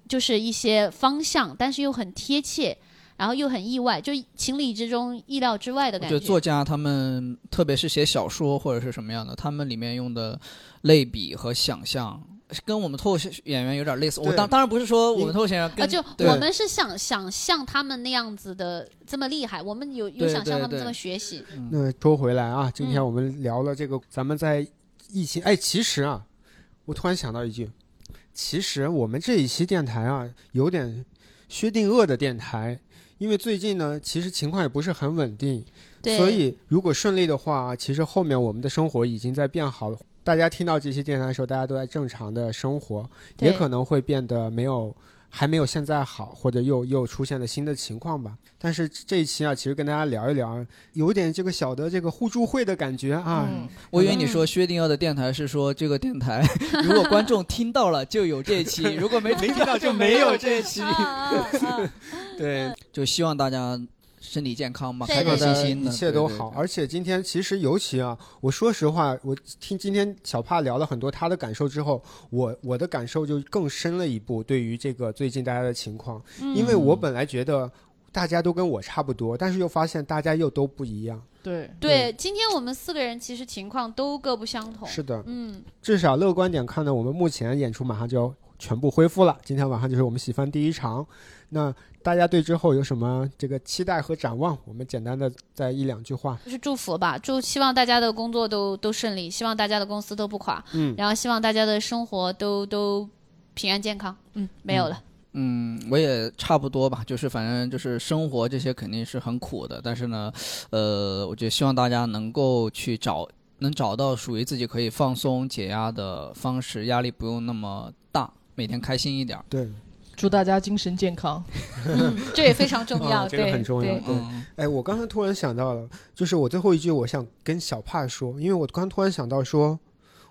就是一些方向，但是又很贴切，然后又很意外，就情理之中、意料之外的我感觉得作觉。家他们，特别是写小说或者是什么样的，他们里面用的类比和想象，跟我们脱口秀演员有点类似。我对当当然不是说我因们脱口秀演员啊，跟就对我们是想想像他们那样子的这么厉害，我们有有对想象对他们对这么学习，那说回来啊，今天嗯我们聊了这个，咱们在疫情，哎，其实啊，我突然想到一句，其实我们这一期电台啊，有点薛定谔的电台，因为最近呢，其实情况也不是很稳定，对，所以如果顺利的话，其实后面我们的生活已经在变好了。大家听到这期电台的时候，大家都在正常的生活，也对可能会变得没有还没有现在好，或者又又出现了新的情况吧。但是这一期啊，其实跟大家聊一聊，有点这个小的这个互助会的感觉啊。嗯，我以为你说薛定谔的电台是说这个电台， 如果观众听到了就有这一期，如果没听到就没有这一期啊。啊啊对，就希望大家身体健康嘛，对开开开开对心心心心的，一切都对好。。而且今天其实尤其啊，我说实话，我听今天小帕聊了很多他的感受之后，我我的感受就更深了一步，对于这个最近大家的情况，嗯因为我本来觉得。大家都跟我差不多，但是又发现大家又都不一样。对，对，今天我们四个人其实情况都各不相哦同。是的，嗯，至少乐观点看呢，我们目前演出马上就要全部恢复了，今天晚上就是我们喜番第一场。那大家对之后有什么这个期待和展望？我们简单的再一两句话。就是祝福吧，祝希望大家的工作都都顺利，希望大家的公司都不垮，嗯，然后希望大家的生活都都平安健康。嗯，没有了。嗯，我也差不多吧，就是反正就是生活这些肯定是很苦的，但是呢，呃，我觉得希望大家能够去找，能找到属于自己可以放松解压的方式，压力不用那么大，每天开心一点儿。对，祝大家精神健康。嗯，这也非常重要，啊这个对很重要对对嗯，哎，我刚才突然想到了，就是我最后一句，我想跟小帕说，因为我刚突然想到说，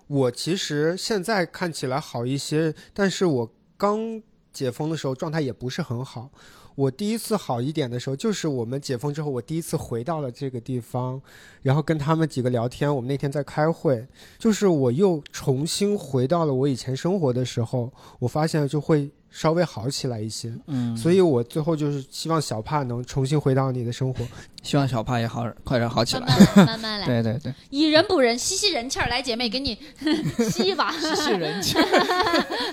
我其实现在看起来好一些，但是我刚解封的时候状态也不是很好。我第一次好一点的时候，就是我们解封之后，我第一次回到了这个地方，然后跟他们几个聊天。我们那天在开会，就是我又重新回到了我以前生活的时候，我发现就会稍微好起来一些。嗯，所以我最后就是希望小帕能重新回到你的生活。希望小帕也好，快点好起慢来。慢来，慢慢来，对对对，以人补人，吸吸人气儿。来，姐妹，给你 吸一 把。 谢谢人气。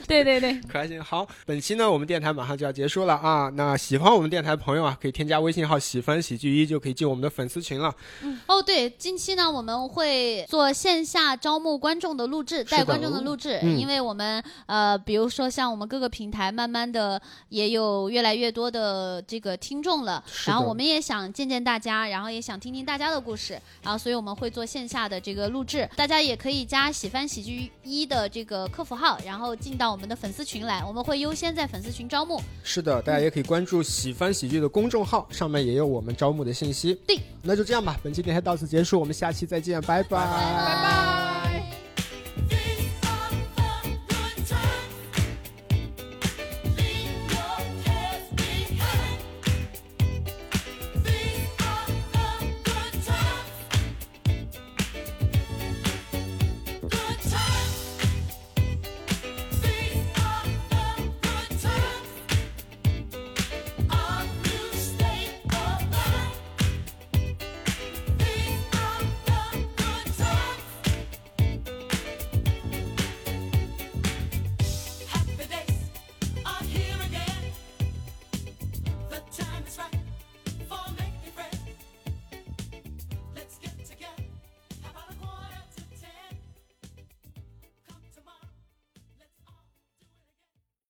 对对对，开心好，本期呢我们电台马上就要结束了啊！那喜欢我们电台的朋友啊，可以添加微信号“喜欢喜剧一”就可以进我们的粉丝群了。哦对，近期呢我们会做线下招募观众的录制，的带观众的录制，嗯因为我们呃，比如说像我们各个平台，慢慢的也有越来越多的这个听众了，是的然后我们也想见见大家，然后也想听听大家的故事，然后所以我们会做线下的这个录制，大家也可以加喜翻喜剧一的这个客服号，然后进到我们的粉丝群来，我们会优先在粉丝群招募。是的，大家也可以关注“喜欢喜剧”的公众号，上面也有我们招募的信息。对，那就这样吧，本期电台到此结束，我们下期再见，拜拜拜拜。